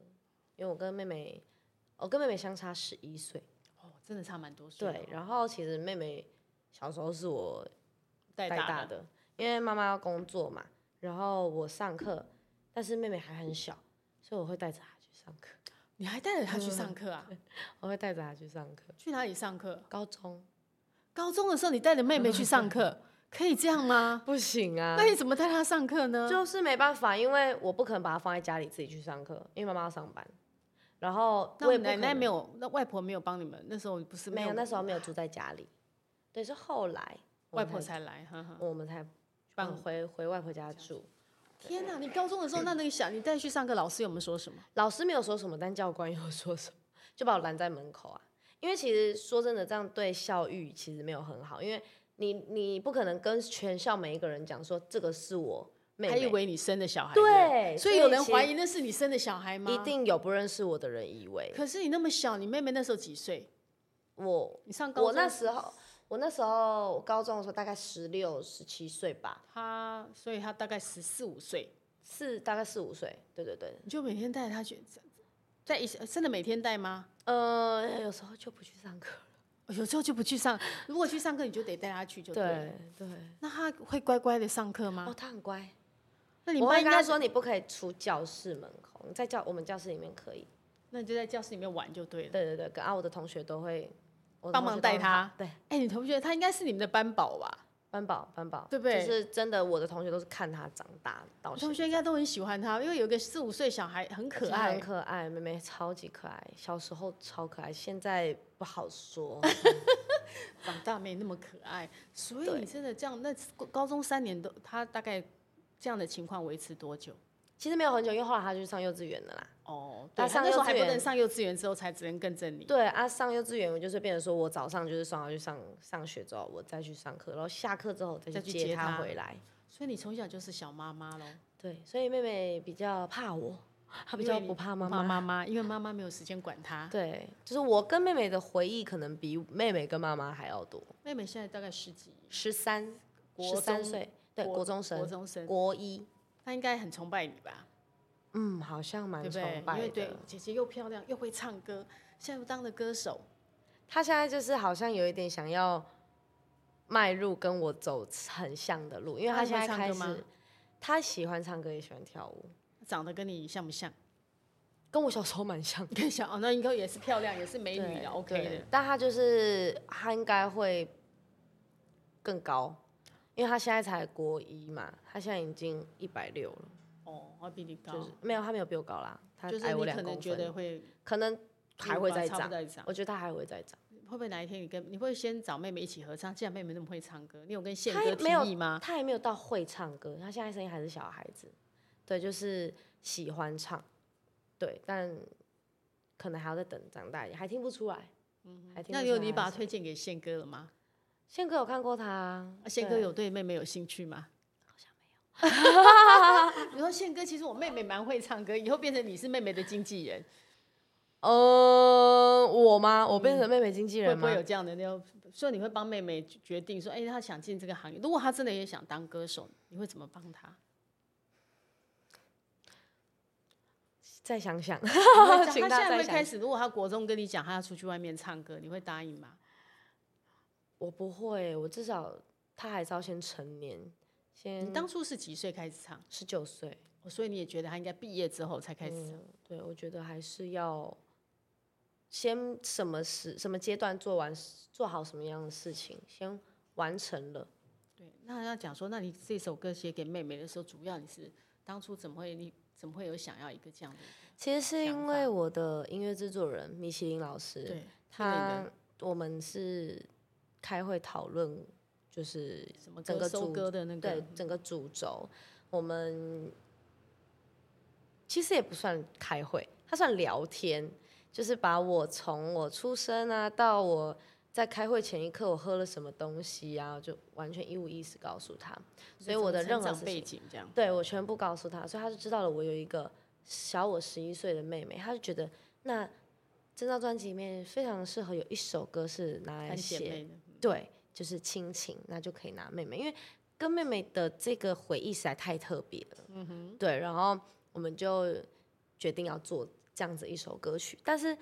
因为我跟妹妹，我跟妹妹相差十一岁。
哦，真的差蛮多岁。
对，，然后其实妹妹小时候是我
带
带
大
大的，因为妈妈要工作嘛，然后我上课，但是妹妹还很小，所以我会带着她去上课，
你还带着他去上课啊？
嗯我会带着她去上课。
去哪里上课？
高中
高中的时候你带着妹妹去上 课，可以这样吗？
不行啊
那，你怎么带她上课呢？
就是没办法，因为我不可能把她放在家里自己去上课，因为妈妈要上班，然后
那
我也不
奶
可
奶
能
没有，那外婆没有帮你们，那时候不是
没
有
有，那时候没有住在家里，对，是后来我
外
们
婆才来，哈哈。
我们才搬回回外婆家住。
天哪！你高中
嗯
的时候，那那个小你带去上课，老师有没有说什么？
老师没有说什么，但教官有说什么，就把我拦在门口啊。 因为其实说真的，这样对校育其实没有很好，因为你你不可能跟全校每一个人讲说这个是我妹
还以
妹，
为你生的小孩，
对
所
所
以
以
有人
其实
怀疑那是你生的小孩吗？
一。定有不认识我的人以为
可是你那么小，你妹妹那时候几岁？
我
你上高中，
我那时候我那时候我高中的时候大概十六十七岁吧，
她，所以她大概十四五岁，
四大概四五岁，对对对，
你就每天带她去，在一起真的每天带吗？
呃，有时候就不去上课了，
有时候就不去上，如果去上课，你就得带她去就对了。
对对，
那她会乖乖的上课吗？
哦，他很乖，
那你
我
妈
会
应
跟他
该，
说你不可以出教室门口，你在教我们教室里面可以。
那你就在教室里面玩就对了。
对对对，跟啊我的同学都会我的
帮
同学
忙
都
带
很
他
好对，
哎、你同学她应该是你们的班宝吧？
班宝班宝，
对不对
就是真的，我的同学都是看他长大到
我
现
同
在，
学应该都很喜欢她，因为有一个四五岁小孩很可
她
爱
很。可爱，妹妹超级可爱，小时候超可爱，现在不好 说。
长大没那么可爱，所以
对
你真的这样，那高高中三年都，他大概这样的情况维持多久？
其实没有很久，因为后来她就去上幼稚园了 啦。
哦，
他
对，他
上
那时候
幼稚
还不
园
能上幼稚园，之后才只能跟着你。
对啊，上幼稚园我就是变成说我早上就是送她去上上学之后，我再去上课，然后下课之后我再
再去
去接
接她
她回来。
所以你从小就是小妈妈喽，
对，所以妹妹比较怕我，她比
因为
较
你
不怕妈
妈
妈。
妈妈，因为妈妈没有时间管她。
对，就是我跟妹妹的回忆可能比妹妹跟妈妈还要多。
妹妹现在大概十几，
十三，
国
十三
中
岁，对，国中
国
生，
中生，
国一，
她应该很崇拜你吧？
嗯，好像
对
蛮
不对
崇？
因
拜
为对
的。
姐姐又漂亮又会唱歌，现在又当了歌手，
他现在就是好像有一点想要迈入跟我走很像的路，因为
那
他
你
现
会
在
唱
开
歌吗
始，他喜欢唱歌，也喜欢跳舞，
长得跟你像不像？
跟我小时候蛮 像的。
你看小哦，那应该也是漂亮，也是美女
对
的，OK 的
对。但他就是他应该会更高，因为他现在才国一嘛，他现在已经一百六了，
哦，我比你高，
就是没有他没有比我高啦，他
就是
矮我
你
两
可能
公
觉
分，
得会
可能还会再
差
长
不。多再长，
我觉得他还会再长。
会不会哪一天你跟你会先找妹妹一起合唱？既然妹妹那么会唱歌，你有跟宪
他
哥
也没有
提议吗？
他还没有到会唱歌，他现在声音还是小孩子，对，就是喜欢唱，对，但可能还要再等长大一点，还听不出来。嗯，还听
那
不
你有
出
你
来
把
还
她
是
推荐给宪哥了吗？
宪哥有看过他啊
啊，宪哥
对
有对妹妹有兴趣吗？好 像没有。你说宪哥，其实我妹妹蛮会唱歌，以后变成你是妹妹的经纪人，
呃，我吗？我变成妹妹经纪
嗯会
人
不
吗？
会有这样的那种？所以你会帮妹妹决定说，哎、她想进这个行业，如果她真的也想当歌手，你会怎么帮她？
再想想，
你会讲
请大家
他现在
再
会
想
开
一
始，如果他国中跟你讲他要出去外面唱歌，你会答应吗？
我不会，我至少他还是要先成年，
你
先
当初是几岁开始唱？
十九岁
哦所以你也觉得他应该毕业之后才开始唱？
嗯对，我觉得还是要先什么事、什么阶段做完做好什么样的事情，先完成了。
对，那要讲说，那你这首歌写给妹妹的时候，主要你是当初怎么会你怎么会有想要一个这样的？
其实是
想
因为我的音乐制作人米其林老师，
对，
他我们是开会讨论，就是
什么
整
歌
个
收
主
歌的那个？
对整个主轴，我们其实也不算开会，它算聊天，就是把我从我出生啊到我在开会前一刻我喝了什么东西啊，就完全一五一十告诉他。
你
所以我的
成
任何
长
事
背
情，
景这样。
对我全部告诉他，所以他就知道了我有一个小我十一岁的妹妹，他就觉得那这张专辑里面非常适合有一首歌是拿来
三姐
写
妹的，
对，就是亲情，那就可以拿妹妹，因为跟妹妹的这个回忆实在太特别了。嗯哼，对，然后我们就决定要做这样子一首歌曲，但是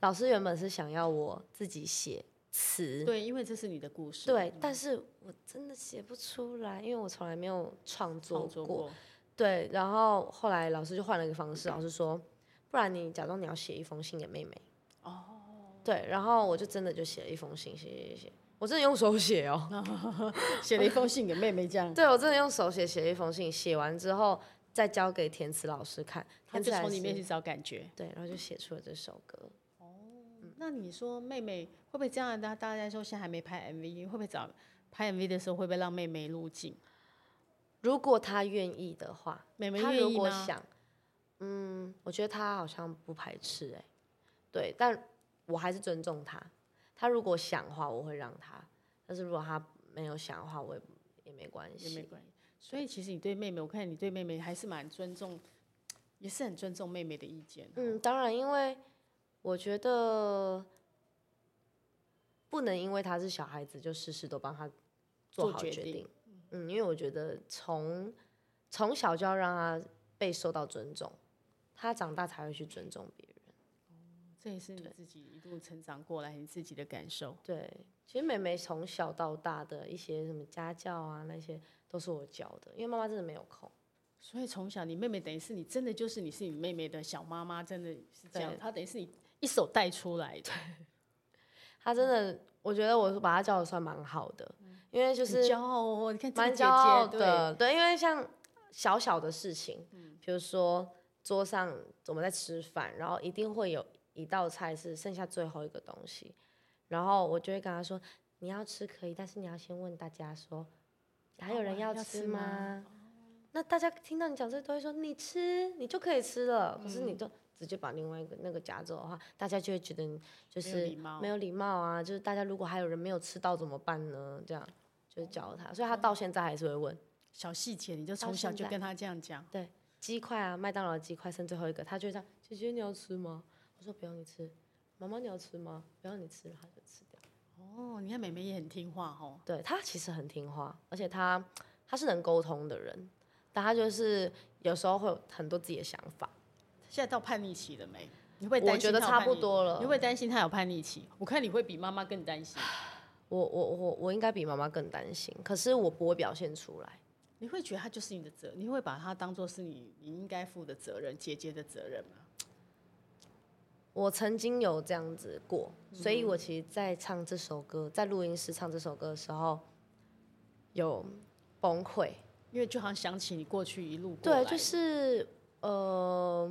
老师原本是想要我自己写词，
对，因为这是你的故事，
对，但是嗯我真的写不出来，因为我从来没有创作
创
过。
作过，
对，然后后来老师就换了一个方式，老师说，不然你假装你要写一封信给妹妹。哦。对，然后我就真的就写了一封信，写写写写，我真的用手写哦。
写了一封信给妹妹，这样，
对，我真的用手写写了一封信，写完之后再交给填词老师看，
她
填
就
词
从
老
里面去
师
找感觉。
对，然后就写出了这首歌。
那你说妹妹会不会这样？大大家说现在还没拍 MV，会不会找拍 MV 的时候会不会让妹妹入镜？
如果他愿意的话，
妹妹
他
愿
如
意
果
吗？
想，嗯，我觉得他好像不排斥哎、对，但我还是尊重他。他如果想的话，我会让他；但是如果他没有想的话，我也也没关
也没
系。
关系。所以其实你对妹妹，我看你对妹妹还是蛮尊重，也是很尊重妹妹的意见哦。
嗯，当然，因为我觉得不能因为他是小孩子就事事都帮他
做
做好
决
决
定
定。嗯，因为我觉得从从小就要让他被受到尊重，他长大才会去尊重别人。
这也是你自己一路成长过来你自己的感受。
对，其实妹妹从小到大的一些什么家教啊，那些都是我教的，因为妈妈真的没有空。
所以从小你妹妹等于是你真的就是你是你妹妹的小妈妈，真的是这样，
对
她等于是你一手带出来的，
她真的，我觉得我把她教的算蛮好的，因为就
很
是
骄傲哦。你看这个
蛮
姐姐
骄傲
对
的。对，因为像小小的事情，比如说桌上我们在吃饭，然后一定会有一道菜是剩下最后一个东西，然后我就会跟她说：“你要吃可以，但是你要先问大家说，还有人
哦要
吃
吃吗
吗？”那大家听到你讲这个都会说你吃，你就可以吃了。
嗯
可是你都直接把另外一个那个夹走的话，大家就会觉得你就
没有
是
礼貌
没有礼貌啊。就是大家如果还有人没有吃到怎么办呢？这样就是教他，所以他到现在还是会问
小细节，你就从小
现
就
在
跟她这样讲。
鸡块啊，麦当劳的鸡块剩最后一个，他就会这样，姐姐你要吃吗？我说不用你吃，妈妈你要吃吗？不要你吃了，他就吃掉。
哦，你看妹妹也很听话哦。
对他其实很听话，而且他他是能沟通的人，但他就是有时候会有很多自己的想法。
现在到叛逆期了没？你会
我
担
觉
心
得
她有
差
叛
不
逆
多了
你。会担心她有叛逆期？我看你会比妈妈更担心。
我我我我应该比妈妈更担心，可是我不会表现出来。
你会觉得她就是你的责，你会把她当做是你你应该负的责任，姐姐的责任吗？
我曾经有这样子过，
嗯
所以我其实，在唱这首歌，在录音室唱这首歌的时候，有崩溃。
因为就好像想起你过去一路过来
对，就是呃，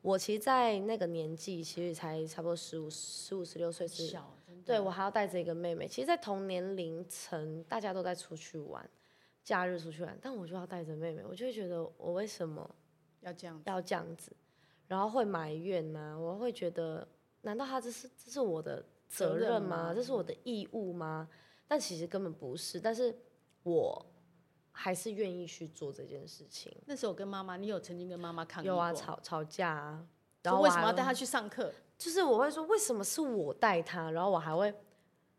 我其实，在那个年纪，其实才差不多十五、十五、十六岁是
小，真的
对我还要带着一个妹妹。其实，在同年龄层，大家都在出去玩，假日出去玩，但我就要带着妹妹，我就会觉得我为什么？
要这样子。
要这样子，然后会埋怨呐、我会觉得，难道他这是这是我的责
责任
任
吗
吗？这是我的义务吗？但其实根本不是，但是我还是愿意去做这件事情。
那时候跟妈妈，你有曾经跟妈妈抗议
有啊，
过
吵吵架啊，然
说
后
为
我
什么
还
要带她去上课？
就是我会说，为什么是我带他？然后我还会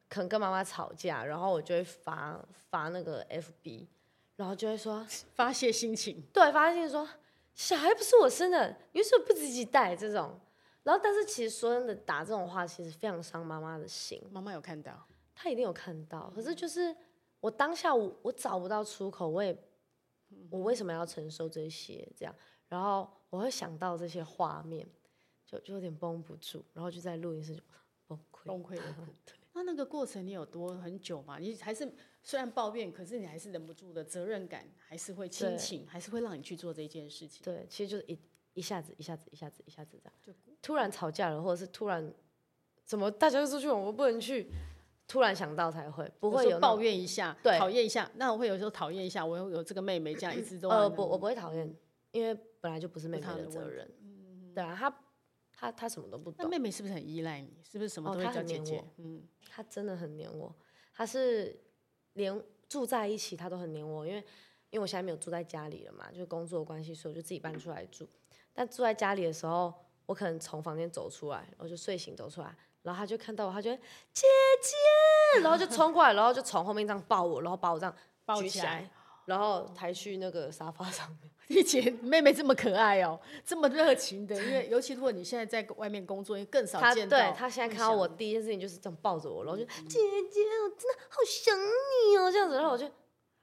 可能跟妈妈吵架，然后我就会发发那个 FB，然后就会说，
发泄心情，
对，发现说小孩不是我生的，你为什么不自己带这种？然后，但是其实说真的，打这种话其实非常伤妈妈的心，
妈妈有看到，
她一定有看到。可是就是我当下我我找不到出口，我也我为什么要承受这些这样？然后我会想到这些画面，就就有点绷不住，然后就在录音室就崩溃。
崩溃了。 那那个过程你有多很久嘛？你还是虽然抱怨，可是你还是忍不住的责任感，还是会亲
对
情，还是会让你去做这件事情。
对，其实就是一一下子一下子一下子一下子这样，
就
突然吵架了，或者是突然怎么大家都出去玩，我不能去，突然想到才会，不
有
会
时
有
候
那
抱
种
怨一下，
对
讨厌一下。那我会有时候讨厌一下，我有有这个妹妹这样一直都
呃
让
不，
人
我不会讨厌，因为本来就不是妹
不
妹
她的
的
问
责
题嗯
任，对啊，她她她什么都不
那
懂，
妹妹是不是很依赖你？是不是什么
哦
都会
她
叫
很
姐
黏
姐
我？
嗯，
她真的很黏我，她是连住在一起她都很黏我，因为因为我现在没有住在家里了嘛，就是工作的关系，所以我就自己搬出来住。但住在家里的时候，我可能从房间走出来，我就睡醒走出来，然后她就看到我，她就会姐姐，然后就冲过来，然后就从后面这样抱我，然后把我这样
抱
举
起
起
来哦
来，然后抬去那个沙发上面。
你姐妹妹这么可爱哦，这么热情的，因为 尤其如果你现在在外面工作，更少
他
见到。嗯
对他现在
更
看到
想嗯
我
你
第一件事情就是这样抱着我，然后就姐姐，我真的好想你哦，这样子，然后我就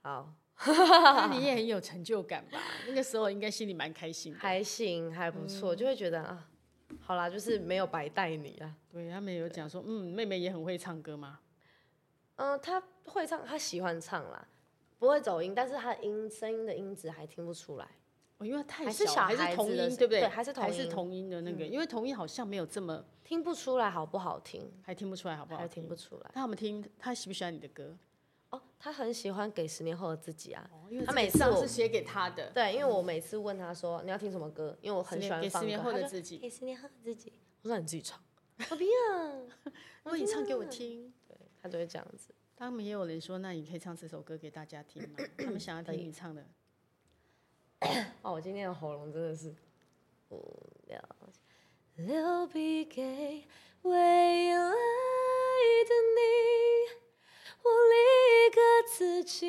好，
那你也很有成就感吧？那个时候应该心里蛮开心的。
还行，还不错，就会觉得啊，好啦，就是没有白带你啊。
对他们有讲说，嗯，妹妹也很会唱歌嘛，
嗯，他会唱，他喜欢唱啦，不会走音，但是他音声音的音质还听不出来。
哦，因为太
还是
小
小
还
孩
是
子
同
的
音，
时
对不对？
对还是同
还是
音嗯
同音的那个，因为同音好像没有这么，
听不出来好不好听，
嗯还听不出来好不
嗯
好
还？听不出来。
那他们听，他喜不喜欢你的歌？
哦，他很喜欢给十年后的自己啊。
哦因为
他
这
每
个
次
上
我
是写给他的，
对，因为我每次问他说你要听什么歌，因为我很喜欢
给
放
十年
歌
后
他
的
就
自己
给十年后的自己，我说你自己唱，我不要，
如哦果你唱给
嗯
我听。
他就会这样子。
他们也有人说，那你可以唱这首歌给大家听 吗？他们想要听你唱的。
哦，我今天的喉咙真的是无聊。留笔给未来的你，我立个自己，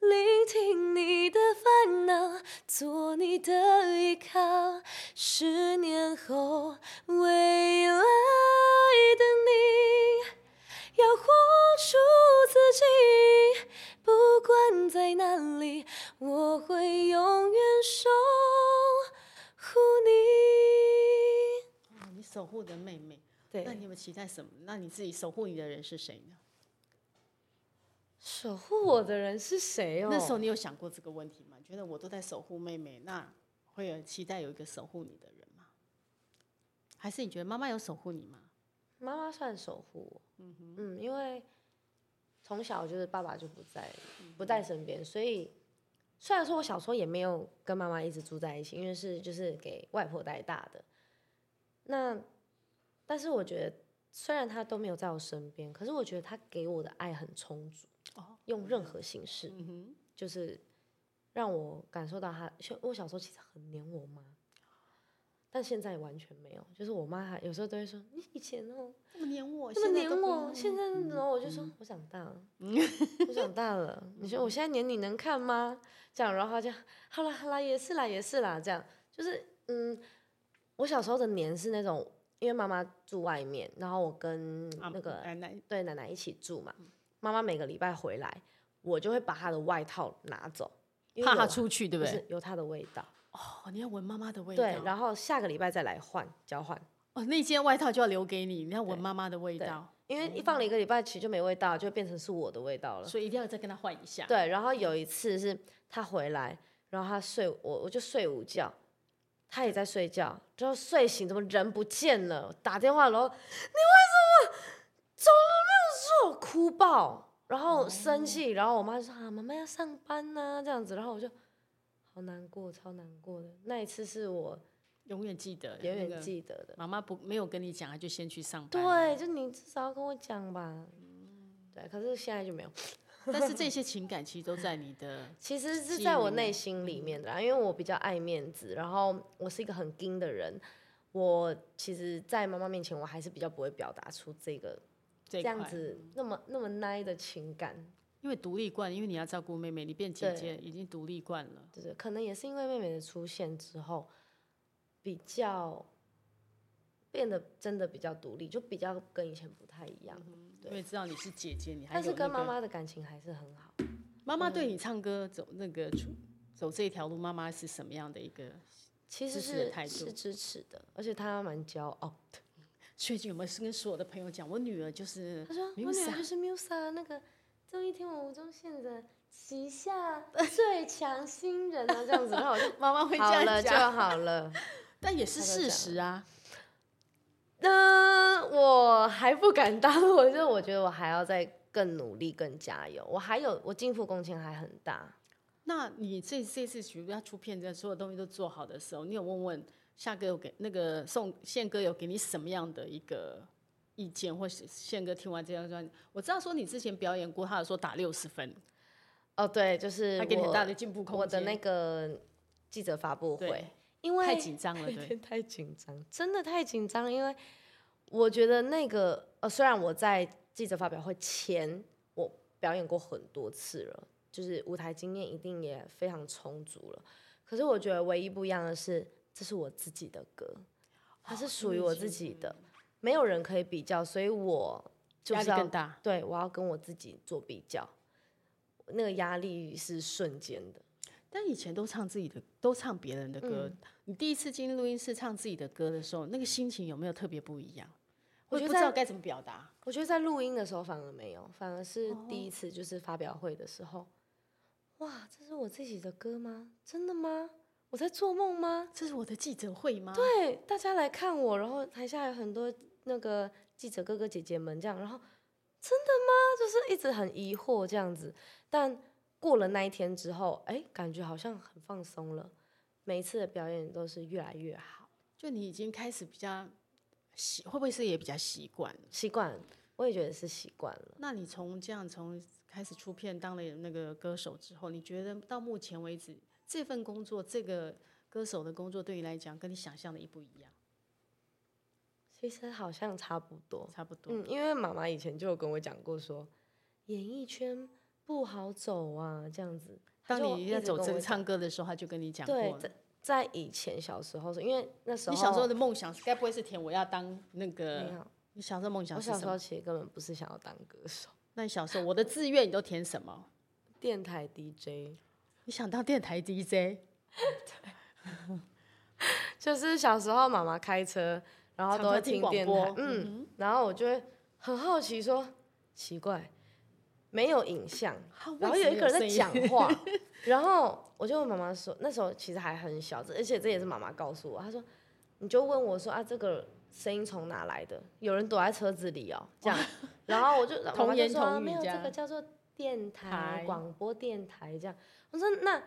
聆听你的烦恼，做你的依靠。十年后，未来的你。要活出自己，不管在哪里，我会永远守护你。
哦，你守护的妹妹，那
对，
你有没有期待什么？那你自己守护你的人是谁呢？
守护我的人是谁哦？
那时候你有想过这个问题吗？觉得我都在守护妹妹，那会有期待有一个守护你的人吗？还是你觉得妈妈有守护你吗？
妈妈算守护我，嗯因为从小就是爸爸就不在不在身边，所以虽然说我小时候也没有跟妈妈一直住在一起，因为是就是给外婆带大的，那但是我觉得虽然她都没有在我身边，可是我觉得她给我的爱很充足，
哦，
用任何形式
嗯哼，
就是让我感受到她。像我小时候其实很黏我妈。但现在完全没有，就是我妈还有时候都会说你以前哦、
这么黏我，
这么
现在都
黏
不嗯
我，
要
现在然后我就说我长大 了，我长大了。你说我现在黏你能看吗？这样，然后他就好啦好啦，也是啦也是啦，这样就是嗯，我小时候的黏是那种，因为妈妈住外面，然后我跟
啊
那个
奶奶
对奶奶一起住嘛，妈妈每个礼拜回来，我就会把她的外套拿走，因为
怕
有
她出去，对
不
不
是
对？
有她的味道，
哦，你要闻妈妈的味道。
对，然后下个礼拜再来换交换。
哦，那件外套就要留给你，你要闻
对
妈妈的味
对
道，
因为一放了一个礼拜，其实就没味道，就变成是我的味道了。
所以一定要再跟她换一下。
对，然后有一次是他回来，然后他睡我，我就睡午觉，他也在睡觉，之后睡醒怎么人不见了？打电话，然后你为什么走了没有说？哭爆，然后
哦
生气，然后我妈就说啊，妈妈要上班呐、这样子，然后我就好难过，超难过的。那一次是我
永远记得，
永
那
远
个。
记得的。
妈妈不没有跟你讲，她就先去上班。
对，就你至少要跟我讲吧。
嗯
对，可是现在就没有。
但是这些情感其实都在你 的
其实是
记
在
忆
我
里
内
面
心里面的啦，因为我比较爱面子，然后我是一个很硬的人，我其实，在妈妈面前，我还是比较不会表达出这个
这
这
一
样
块
子那么那么 nice 的情感，
因为独立惯，因为你要照顾妹妹，你变姐
对
姐已经独立惯了。
就是可能也是因为妹妹的出现之后，比较变得真的比较独立，就比较跟以前不太一样，
因
对
为知道你是姐姐，嗯你还
但是
有那
跟妈
个
妈的感情还是很好。
妈妈对你唱歌走那个出走这一条路，妈妈是什么样的一个？
其实
支持的
是
态度
是支持的，而且她蛮骄傲。
最近有没有跟所有的朋友讲，我女儿就是
他说：“我女儿
Musa
就是 Musa 那个综艺天王吴宗宪的旗下最强新人啊，这 样子。”然后我就
妈妈会这
好
样
了就
讲，
好 了。
但也是
她都这
事
样
实啊。
嗯、我还不敢当，我就我觉得我还要再更努力、更加油。我还有我进步空间还很大。
那你这这次举要出片，这所有东西都做好的时候，你有问问夏哥有给那个宋宪哥有给你什么样的一个意见，或是宪哥听完这张专辑，我知道说你之前表演过，他有说打六十分，
哦，对，就是
他给你很
我
大的进步空间。
我的那个记者发布会
对，，
因为
太紧张了，对，
太紧张，真的太紧张，因为我觉得那个呃，虽然我在记者发表会前我表演过很多次了，就是舞台经验一定也非常充足了，可是我觉得唯一不一样的是，这是我自己的歌，它是属于
哦
我自己的，没有人可以比较，所以我就
压
是
力
要
更大。
对我要跟我自己做比较，那个压力是瞬间的。
但以前都唱自己的，都唱别人的
嗯
歌。你第一次进录音室唱自己的歌的时候，那个心情有没有特别不一样？
我
会
觉得
不知道
在
该怎么表达。
我觉得在录音的时候反而没有，反而是第一次就是发表会的时候，哇，这是我自己的歌吗？真的吗？我在做梦吗？
这是我的记者会吗？
对，大家来看我，然后台下有很多那个记者哥哥姐姐们这样，然后就是一直很疑惑这样子。但过了那一天之后，哎，感觉好像很放松了，每一次的表演都是越来越好，
就你已经开始比较习，会不会是也比较习惯了？
习惯了，我也觉得是习惯了。
那你从这样从开始出片当了那个歌手之后，你觉得到目前为止这份工作，这个歌手的工作对你来讲，跟你想象的一不一样？
其实好像差不多，
差不多。
嗯，因为妈妈以前就有跟我讲过说，演艺圈不好走啊，这样子。她
当
就
你
一
要
直
走
跟
这
我
个
讲
唱歌的时候，他就跟你讲
对
过，了
在。在以前小时候是，因为那时候
你小时候的梦想该不会是填我要当
哦
那
没
个？
有，
你小时候梦想
我
是
小
什
时
么？
候其实根本不是想要当歌手，
那你小时候我的志愿你都填什么？
电台 DJ
你想当电台 DJ，
就是小时候妈妈开车，然后
常
都会
常听广
电
播
台，嗯，然后我就会很好奇说，奇怪，没有影像，
啊
然后
为什
有
么
一个人
声
在
音
讲话， 然后我就问妈妈说，那时候其实还很小，这而且这也是妈妈告诉我，她说你就问我说啊，这个声音从哪来的？有人躲在车子里哦， 这样，然后我就妈妈
童
就
言
说
童
啊
语
没有
这
这
样
个叫做电台
台
广播电台这样，我说那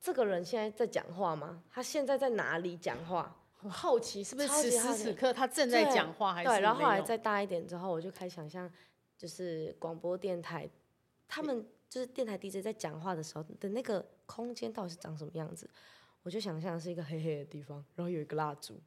这个人现在在讲话吗？他现在在哪里讲话？
很好奇是不是
超级
此
好
时
奇
此刻他正在
对
讲话还是
对，然后后
没
来
有
再大一点之后，我就开始想象，就是广播电台，他们就是电台 DJ 在讲话的时候的那个空间到底是长什么样子。我就想象是一个黑黑的地方，然后有一个蜡烛，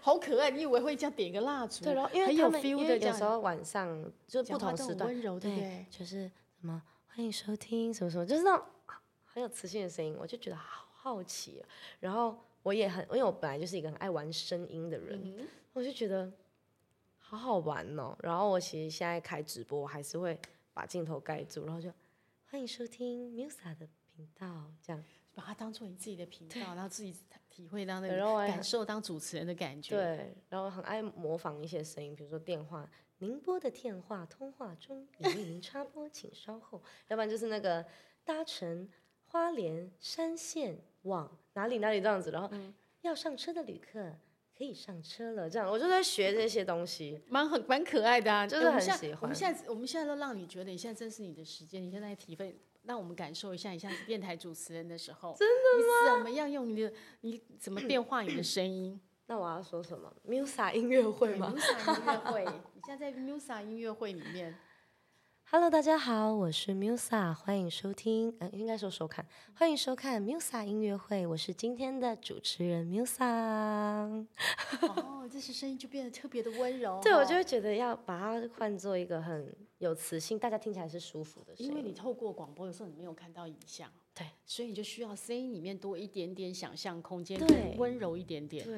好可爱，你以为会这样点一个蜡烛？
对，然后因为
很
他
有
们
feel
因
的
为
这
有
样
时候晚上就是不
讲
同
话都
时
很
段，
温柔，对不对？
就是什么欢迎收听什么什么，就是那种啊很有磁性的声音，我就觉得好好奇哦、然后我也很，因为我本来就是一个很爱玩声音的人，
嗯哼
我就觉得好好玩哦。然后我其实现在开直播，我还是会把镜头盖住，然后就欢迎收听 Musa 的频道，这样。
把它当做你自己的频道，然后自己体会到那
对然后我
个
还
感
很
受，当主持人的感觉。
对，然后很爱模仿一些声音，比如说电话，您拨的电话通话中已为您插播，请稍后。要不然就是那个搭乘花莲山线往哪里哪里这样子，然后、
嗯
要上车的旅客可以上车了，这样我就在学这些东西。
蛮很蛮可爱的啊，
就
哎
是
我们
很
现在
喜
我们
欢
现在我们现在都让你觉得你现在真是你的时间，你现在在体会，让我们感受一下你像是电台主持人的时候，真的吗？你怎么样用你的，你怎么变化你的声音？
那我要说什么？Musa 音乐会吗
？Musa 音乐会，你现在在 Musa 音乐会里 面，
？Hello，大家好，我是 Musa，欢迎收听，呃，应该说收看，欢迎收看 Musa 音乐会，我是今天的主持人 Musa。
哦，这时声音就变得特别的温柔哦。
对，我就会觉得要把它换做一个很有磁性，大家听起来是舒服的声
因为
音。
你透过广播的时候，你没有看到影像，
对，
所以你就需要声音里面多一点点想象空间，
对
更温柔一点点。
对，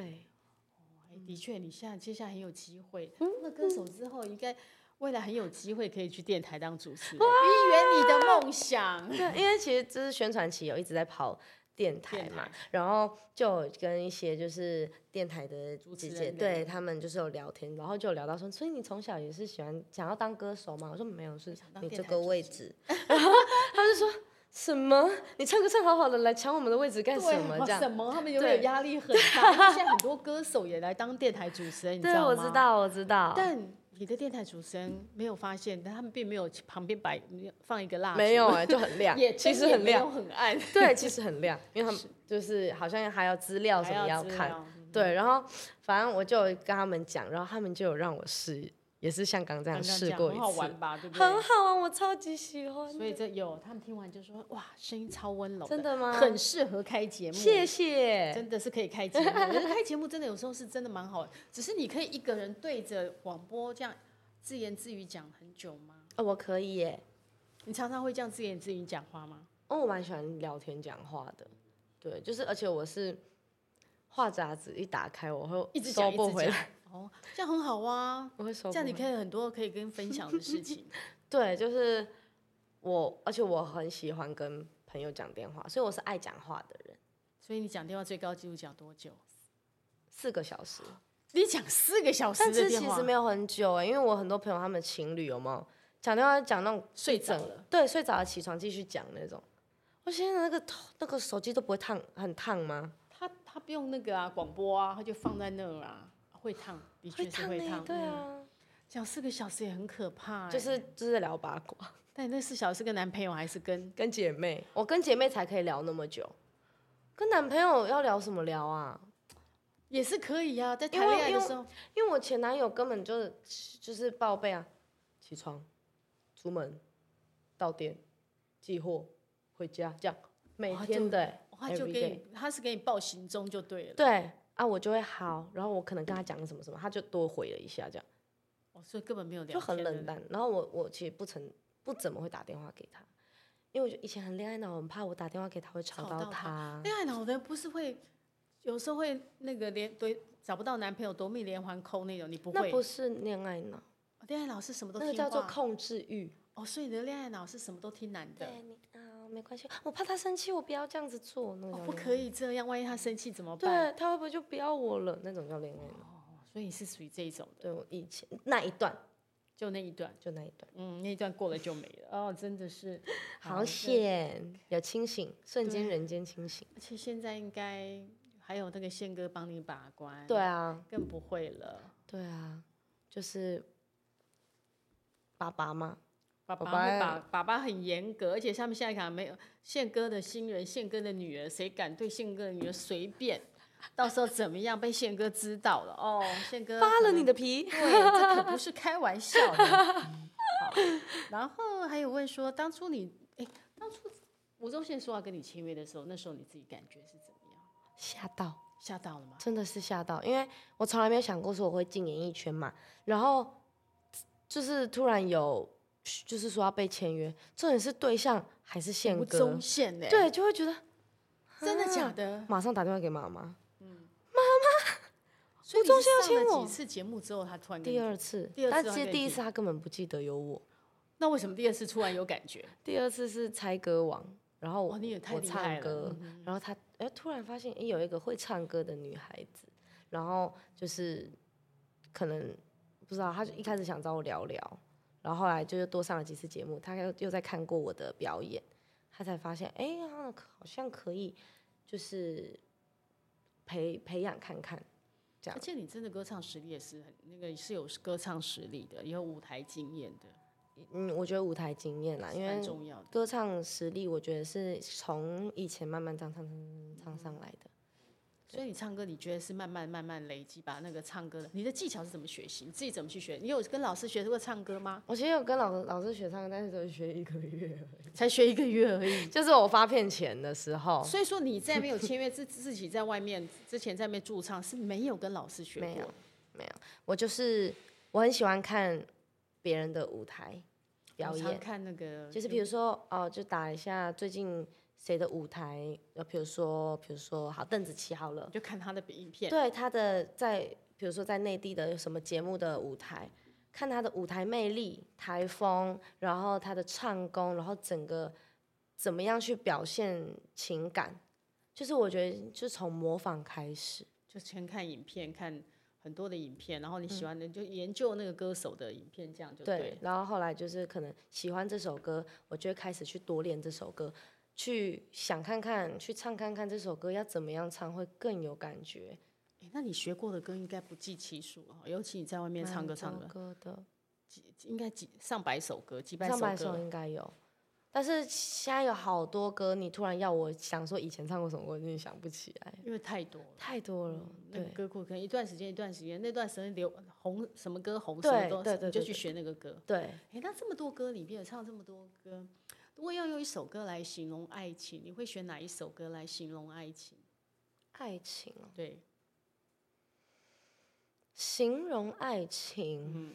嗯
哎的确，你现在接下来很有机会，当了歌手之后，应该未来很有机会可以去电台当主持人，一圆你的梦想。
对， 因为其实就是宣传期有一直在跑电台
电
嘛
台，
然后就有跟一些就是电台的
主
姐
持
姐，
人
对他们就是有聊天，然后就有聊到说，所以你从小也是喜欢想要当歌手吗？我说没有，是
想当
你
电
这
台
个
主
位
持
置。然后他就说什么？你唱歌唱好好的，来抢我们的位置干什么？这样
什么？他们有没有
对
压力很大？因为现在很多歌手也来当电台主持人，你知
对，
道吗？
我知。道，我知道，
但你的电台主持人没有发现，但他们并没有旁边摆没有放一个蜡烛，
没有，哎、就很亮
也，
其
灯
实
也
很
没
亮
有，很暗，
对，其实很亮，因为他 们就是好像 还有资料什
还
么要
资
看。
料。
对，然后反正我就跟他们讲，然后他们就有让我试，也是像刚这样
刚刚
试
讲
过一
很好
次，
玩吧？对不 对？
很好啊玩，我超级喜欢。
所以这有他们听完就说哇，声音超温柔，
真的吗
很适合开节目，
谢谢，
真的是可以开节目。我觉得开节目真的有时候是真的蛮好玩，只是你可以一个人对着广播这样自言自语讲很久吗？
哦，我可以耶，
你常常会这样自言自语讲话吗？
哦，我蛮喜欢聊天讲话的，对，就是而且我是话匣子一打开，我会
一直
收
讲
不
一直
回
讲
来，
哦，这样很好啊，
我会收
这
不
样
回
你
来
可以很多可以跟分享的 事情。
对，就是我，而且我很喜欢跟朋友讲电话，所以我是爱讲话的人，
所以你讲电话最高纪录讲多久？
四个小时。
你讲四个小时
但
的
是
电
其
话
实，没有很久哎、因为我很多朋友他们情侣有没有讲电话讲那种
睡
一整
着了。
对，睡着了起床继续讲那种。我现在那个头那个手机都不会烫，很烫吗？
他他不用那个啊，广播啊，他就放在那儿啊，会烫，的
会
确是
烫
会
欸
烫。
对
嗯
啊。
讲四个小时也很可怕、欸，
就是就是聊八卦，
但你那四小时跟男朋友还是跟
跟姐妹，我跟姐妹才可以聊那么久，跟男朋友要聊什么聊啊？
也是可以呀、在
因
谈
为
恋爱
因
的
为
时候，
因为我前男友根本就是就是报备啊，起床、出门、到店、寄货、回家，这样每
哇
天
就
的欸、
他就
every
给
day
你，他是给你报行踪就对了。
对啊，我就会好，然后我可能跟他讲什么什么，他就多回了一下，这样
哦，所以根本没有聊，
就很冷。淡。然后我我其实不曾不怎么会打电话给他，因为我就以前很恋爱脑，我很怕我打电话给他会吵
吵
到
到
他。
恋爱脑的不是会有时候会那个连对找不到男朋友夺命连环扣那种，你不
那
会？哦
不是恋爱脑，
恋爱脑是什么都
那
听
个
话。
叫做控制欲。
哦，所以你的恋爱脑是什么都听男的。
对你啊，没关系，我怕他生气，我不要这样子做，那个
哦
叫，
不
恋
可以这样，万一他生气怎么办？
嗯对他会不会就不要我了？那种叫恋爱脑。
哦所以你是属于这一种的，
对我以前那一段
就那一段，
就那一段，
嗯，那一段过了就没了。哦，真 的是
好险有清醒，瞬间
对
人间清醒。
而且现在应该还有那个宪哥帮你把关，
对，啊，
更不会了。
对啊，就是爸爸嘛，
爸
爸
爸
爸哎
会把爸爸很严格，而且他们现在可能没有宪哥的新人，宪哥的女儿，谁敢对宪哥的女儿随便？到时候怎么样被宪哥知道了哦？宪哥
扒了
可能
你的皮。
对，这可不是开玩笑的。嗯好然后还有问说，当初你哎，当初吴宗宪说要跟你签约的时候，那时候你自己感觉是怎么样？
吓到，
吓到了吗？
真的是吓到，因为我从来没有想过说我会进演艺圈嘛，然后就是突然有，就是说要被签约，重点是对象还是宪
吴
哥
宗，宪呢？，
对，就啊会觉得
真的假的？
马上打电话给妈妈，
所以
宗宪
你是
要签
上了
我
几次节目之后，他突然跟
第
你，
二次，
第二
但
次
其实
还可
嗯
以
第一
提
次他根本不记得有我，
那为什么第二次突然有感觉？
第二次是猜歌王，然后
哦哇，你也太
我
厉害
唱
了嗯
歌，！然后他哎突然发现哎有一个会唱歌的女孩子，然后就是可能不知道，他就一开始想找我聊聊，然后后来就是多上了几次节目，他又又在看过我的表演，他才发现哎啊好像可以就是培培养看看，这样
而且你真的歌唱实力也是很那个，是有歌唱实力的，也有舞台经验的，
嗯我觉得舞台经验啦，
是
因为
蛮重要的。
歌唱实力，我觉得是从以前慢慢唱唱唱唱上来的。
所以你唱歌，你觉得是慢慢慢慢累积，把那个唱歌的你的技巧是怎么学习？你自己怎么去学？你有跟老师学过唱歌吗？
我其实有跟老老师学唱歌，但是只有学一个月而
才学一个月而已。
已，就是我发片前的时候，
所以说你在没有签约自自己在外面之前在外面驻唱是没有跟老师学
没有
过，
我就是我很喜欢看别人的舞台表
我常
演，
看那个
就是比如说哦、就打一下最近谁的舞台，呃，比如说比如说好邓紫棋好了，
就看他的影片，
对他的在比如说在内地的有什么节目的舞台，看他的舞台魅力、台风，然后他的唱功，然后整个怎么样去表现情感，就是我觉得就从模仿开始。
就先看影片，看很多的影片，然后你喜欢的就研究那个歌手的影片，这样就对
嗯对
了。，
然后后来就是可能喜欢这首歌，我就会开始去多练这首歌，去想看看，去唱看看这首歌要怎么样唱会更有感觉。
诶那你学过的歌应该不计其数哦，尤其你在外面唱歌
蛮
唱
多
歌，
歌的，
应该几上百首歌，几百
上百
歌
首。应该有，但是现在有好多歌，你突然要我想说以前唱过什么歌，我已经想不起来，
因为太多了，
太多了。
嗯那个
对
歌库可能一段时间一段时间，那段时间流红什么歌红什么
对
都，
对对
你就
对
去
对
学那个歌。
对，
诶，那这么多歌里面有唱这么多歌，如果要用一首歌来形容爱情，你会选哪一首歌来形容爱情？
爱情哦，
对，
形容爱情，
嗯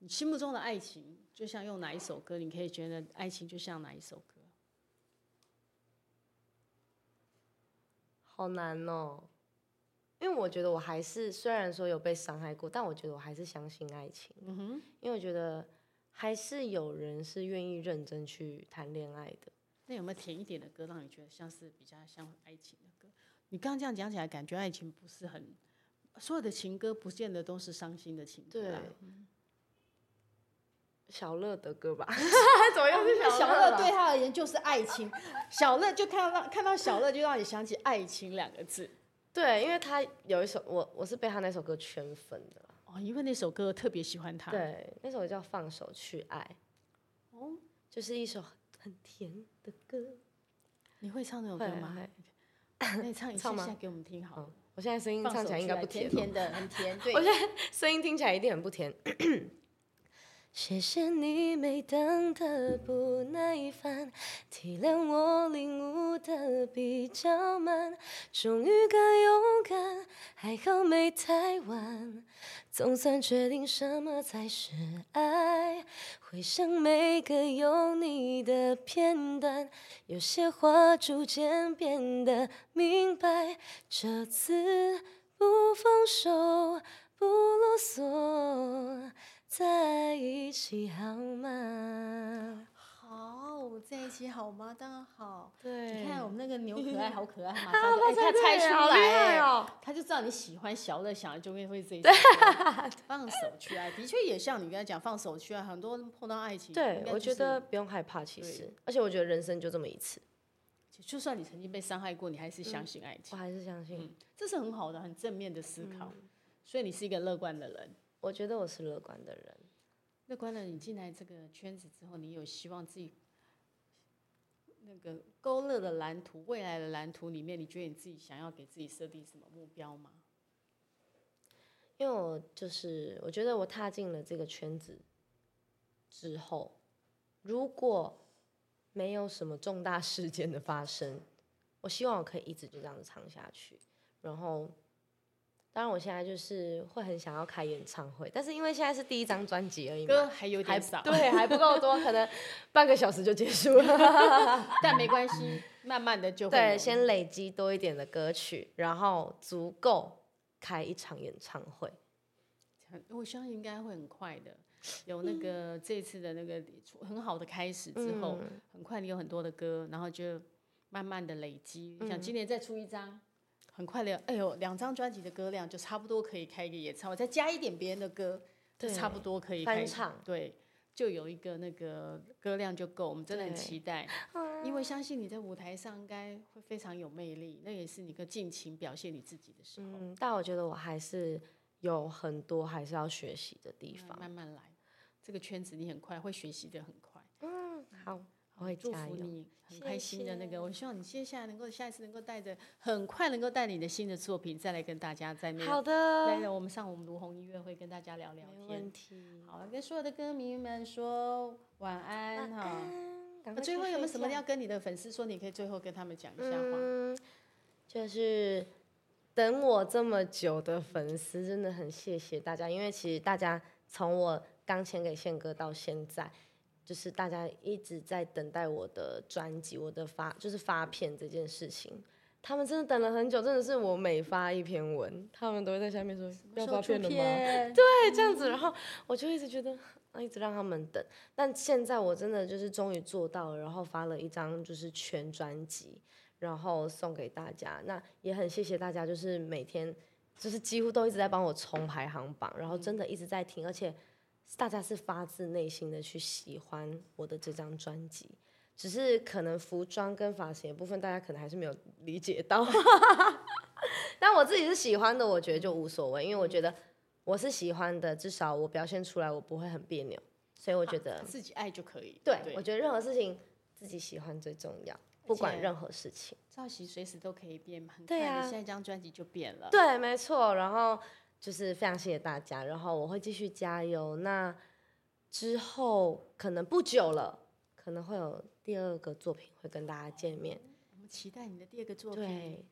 你心目中的爱情，就像用哪一首歌，你可以觉得爱情就像哪一首歌？
好难哦。因为我觉得我还是虽然说有被伤害过，但我觉得我还是相信爱情，
嗯哼，
因为我觉得还是有人是愿意认真去谈恋爱的。
那有没有甜一点的歌，让你觉得像是比较像爱情的歌？你刚刚这样讲起来，感觉爱情不是很，所有的情歌不见得都是伤心的情歌啦。
小乐的歌吧，
怎么
又是小乐
小乐
了
对他而言就是爱情，小乐就看到看到小乐就让你想起爱情两个字。
对，因为他有一首我我是被他那首歌圈粉的啦，
哦，哦，因为那首歌特别喜欢他。，
对，那首叫《放手去爱》，
哦，
就是一首很甜的歌。
你会唱那首歌
会
哦 吗？
会
那你唱一嗯下
唱吗
下给我们听好了。
嗯我现在声音
放
唱
手
起来应
去
该
爱
不
甜
哦
甜的，很 甜。对，
我现在声音听起来一定很不甜。 谢谢你每当的不耐烦，体谅我领悟的比较慢，终于敢勇敢，还好没太晚。总算确定什么才是爱，回想每个有你的片段，有些话逐渐变得明白，这次不放手，不啰嗦，在一起好吗？
好，我们在一起好吗？当然好。
对
你看我们那个牛可爱，好可爱，马上 就、哎他猜出
好厉
来、
害
哎
哦
他就知道你喜欢小乐，想就会会这 一首歌放手去爱，的确也像你刚才讲放手去爱，啊很多人碰到爱情，应
对，
该
我
就
觉
是
得不用害怕，其实，而且我觉得人生就这么一次，
就算你曾经被伤害过，你还是相信爱
我
情，
还是相信。
这是很好的、很正面的思考。
嗯
所以你是一个乐观的人，
我觉得我是乐观的人，
乐观的人，你进来这个圈子之后，你有希望自己那个勾勒的蓝图，未来的蓝图里面，你觉得你自己想要给自己设定什么目标吗？
因为我就是我觉得我踏进了这个圈子之后，如果没有什么重大事件的发生，我希望我可以一直就这样子唱下去。然后，当然我现在就是会很想要开演唱会，但是因为现在是第一张专辑而已
歌
嘛，
还有
还
点少，
对，还不够多，可能半个小时就结束了。
但没关系，慢慢的就会有
对，先累积多一点的歌曲，然后足够开一场演唱会。
我相信应该会很快的。有那
嗯
个这次的那个很好的开始之后，很快你有很多的歌，然后就慢慢的累积，想
嗯
今年再出一张，很快的，哎呦，两张专辑的歌量就差不多可以开一个演唱会，再加一点别人的歌，就
对
差不多可以
翻
开
唱，
对，就有一个那个歌量就够，我们真的很
对啊
期待，因为相信你在舞台上应该会非常有魅力，那也是你一个尽情表现你自己的时候，
嗯，但我觉得我还是有很多还是要学习的地
慢
方。
嗯慢慢来，这个圈子你很快会学习的很快。
嗯，好，我会
祝
加
福
油。
你，很开心的那
谢
个。
谢
我希望你接下来能够下一次能够带着很快能够带你的新的作品再来跟大家在那
好
个来
的，
了我们上我们卢红音乐会跟大家聊聊
没
天
问。题。
好，跟所有的歌迷们说晚
晚
安哈。
安赶
那
快
最
去
后有没有
睡
什么
觉
要跟你的粉丝说？你可以最后跟他们讲一下话。
嗯，就是等我这么久的粉丝，真的很谢谢大家，因为其实大家从我刚签给宪哥到现在，就是大家一直在等待我的专辑，我的发就是发片这件事情。他们真的等了很久，真的是我每发一篇文，他们都会在下面说要发片了吗？
片
对，这样子，然后我就一直觉得，啊一直让他们等。但现在我真的就是终于做到了，然后发了一张就是全专辑，然后送给大家。那也很谢谢大家，就是每天就是几乎都一直在帮我冲排行榜，然后真的一直在听，而且大家是发自内心的去喜欢我的这张专辑。只是可能服装跟发型的部分，大家可能还是没有理解到。 但我自己是喜欢的，我觉得就无所谓，因为我觉得我是喜欢的，至少我表现出来我不会很别扭，所以我觉得，
自己爱就可以。
对我觉得任何事情自己喜欢最重要，不管
且
任何事情。
造型随时都可以变嘛，很快
对
你
啊
下一张专辑就变了。
对，没错。然后就是非常谢谢大家，然后我会继续加油。那之后可能不久了，可能会有第二个作品会跟大家见面。
我们期待你的第二个作品。
对，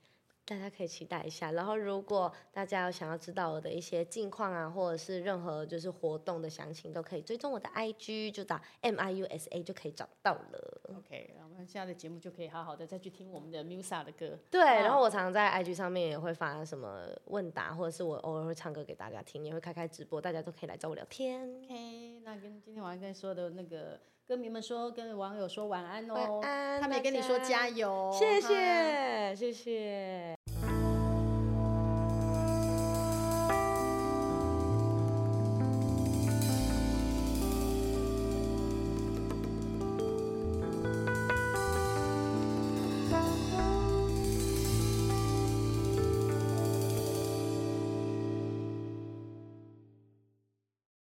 大家可以期待一下。然后，如果大家有想要知道我的一些近况啊，或者是任何就是活动的详情，都可以追踪我的 IG，就打 M I U S A 就可以找到了。
OK，那我们下的节目就可以好好的再去听我们的 Musa 的歌。
对，然后我常在 IG 上面也会发什么问答，或者是我偶尔会唱歌给大家听，也会开开直播，大家都可以来找我聊天。
OK，那跟今天晚上跟所有的那个歌迷们说，跟网友说晚安哦，
晚安
他们也跟你说
大家
加油，
谢
哈
谢，谢谢。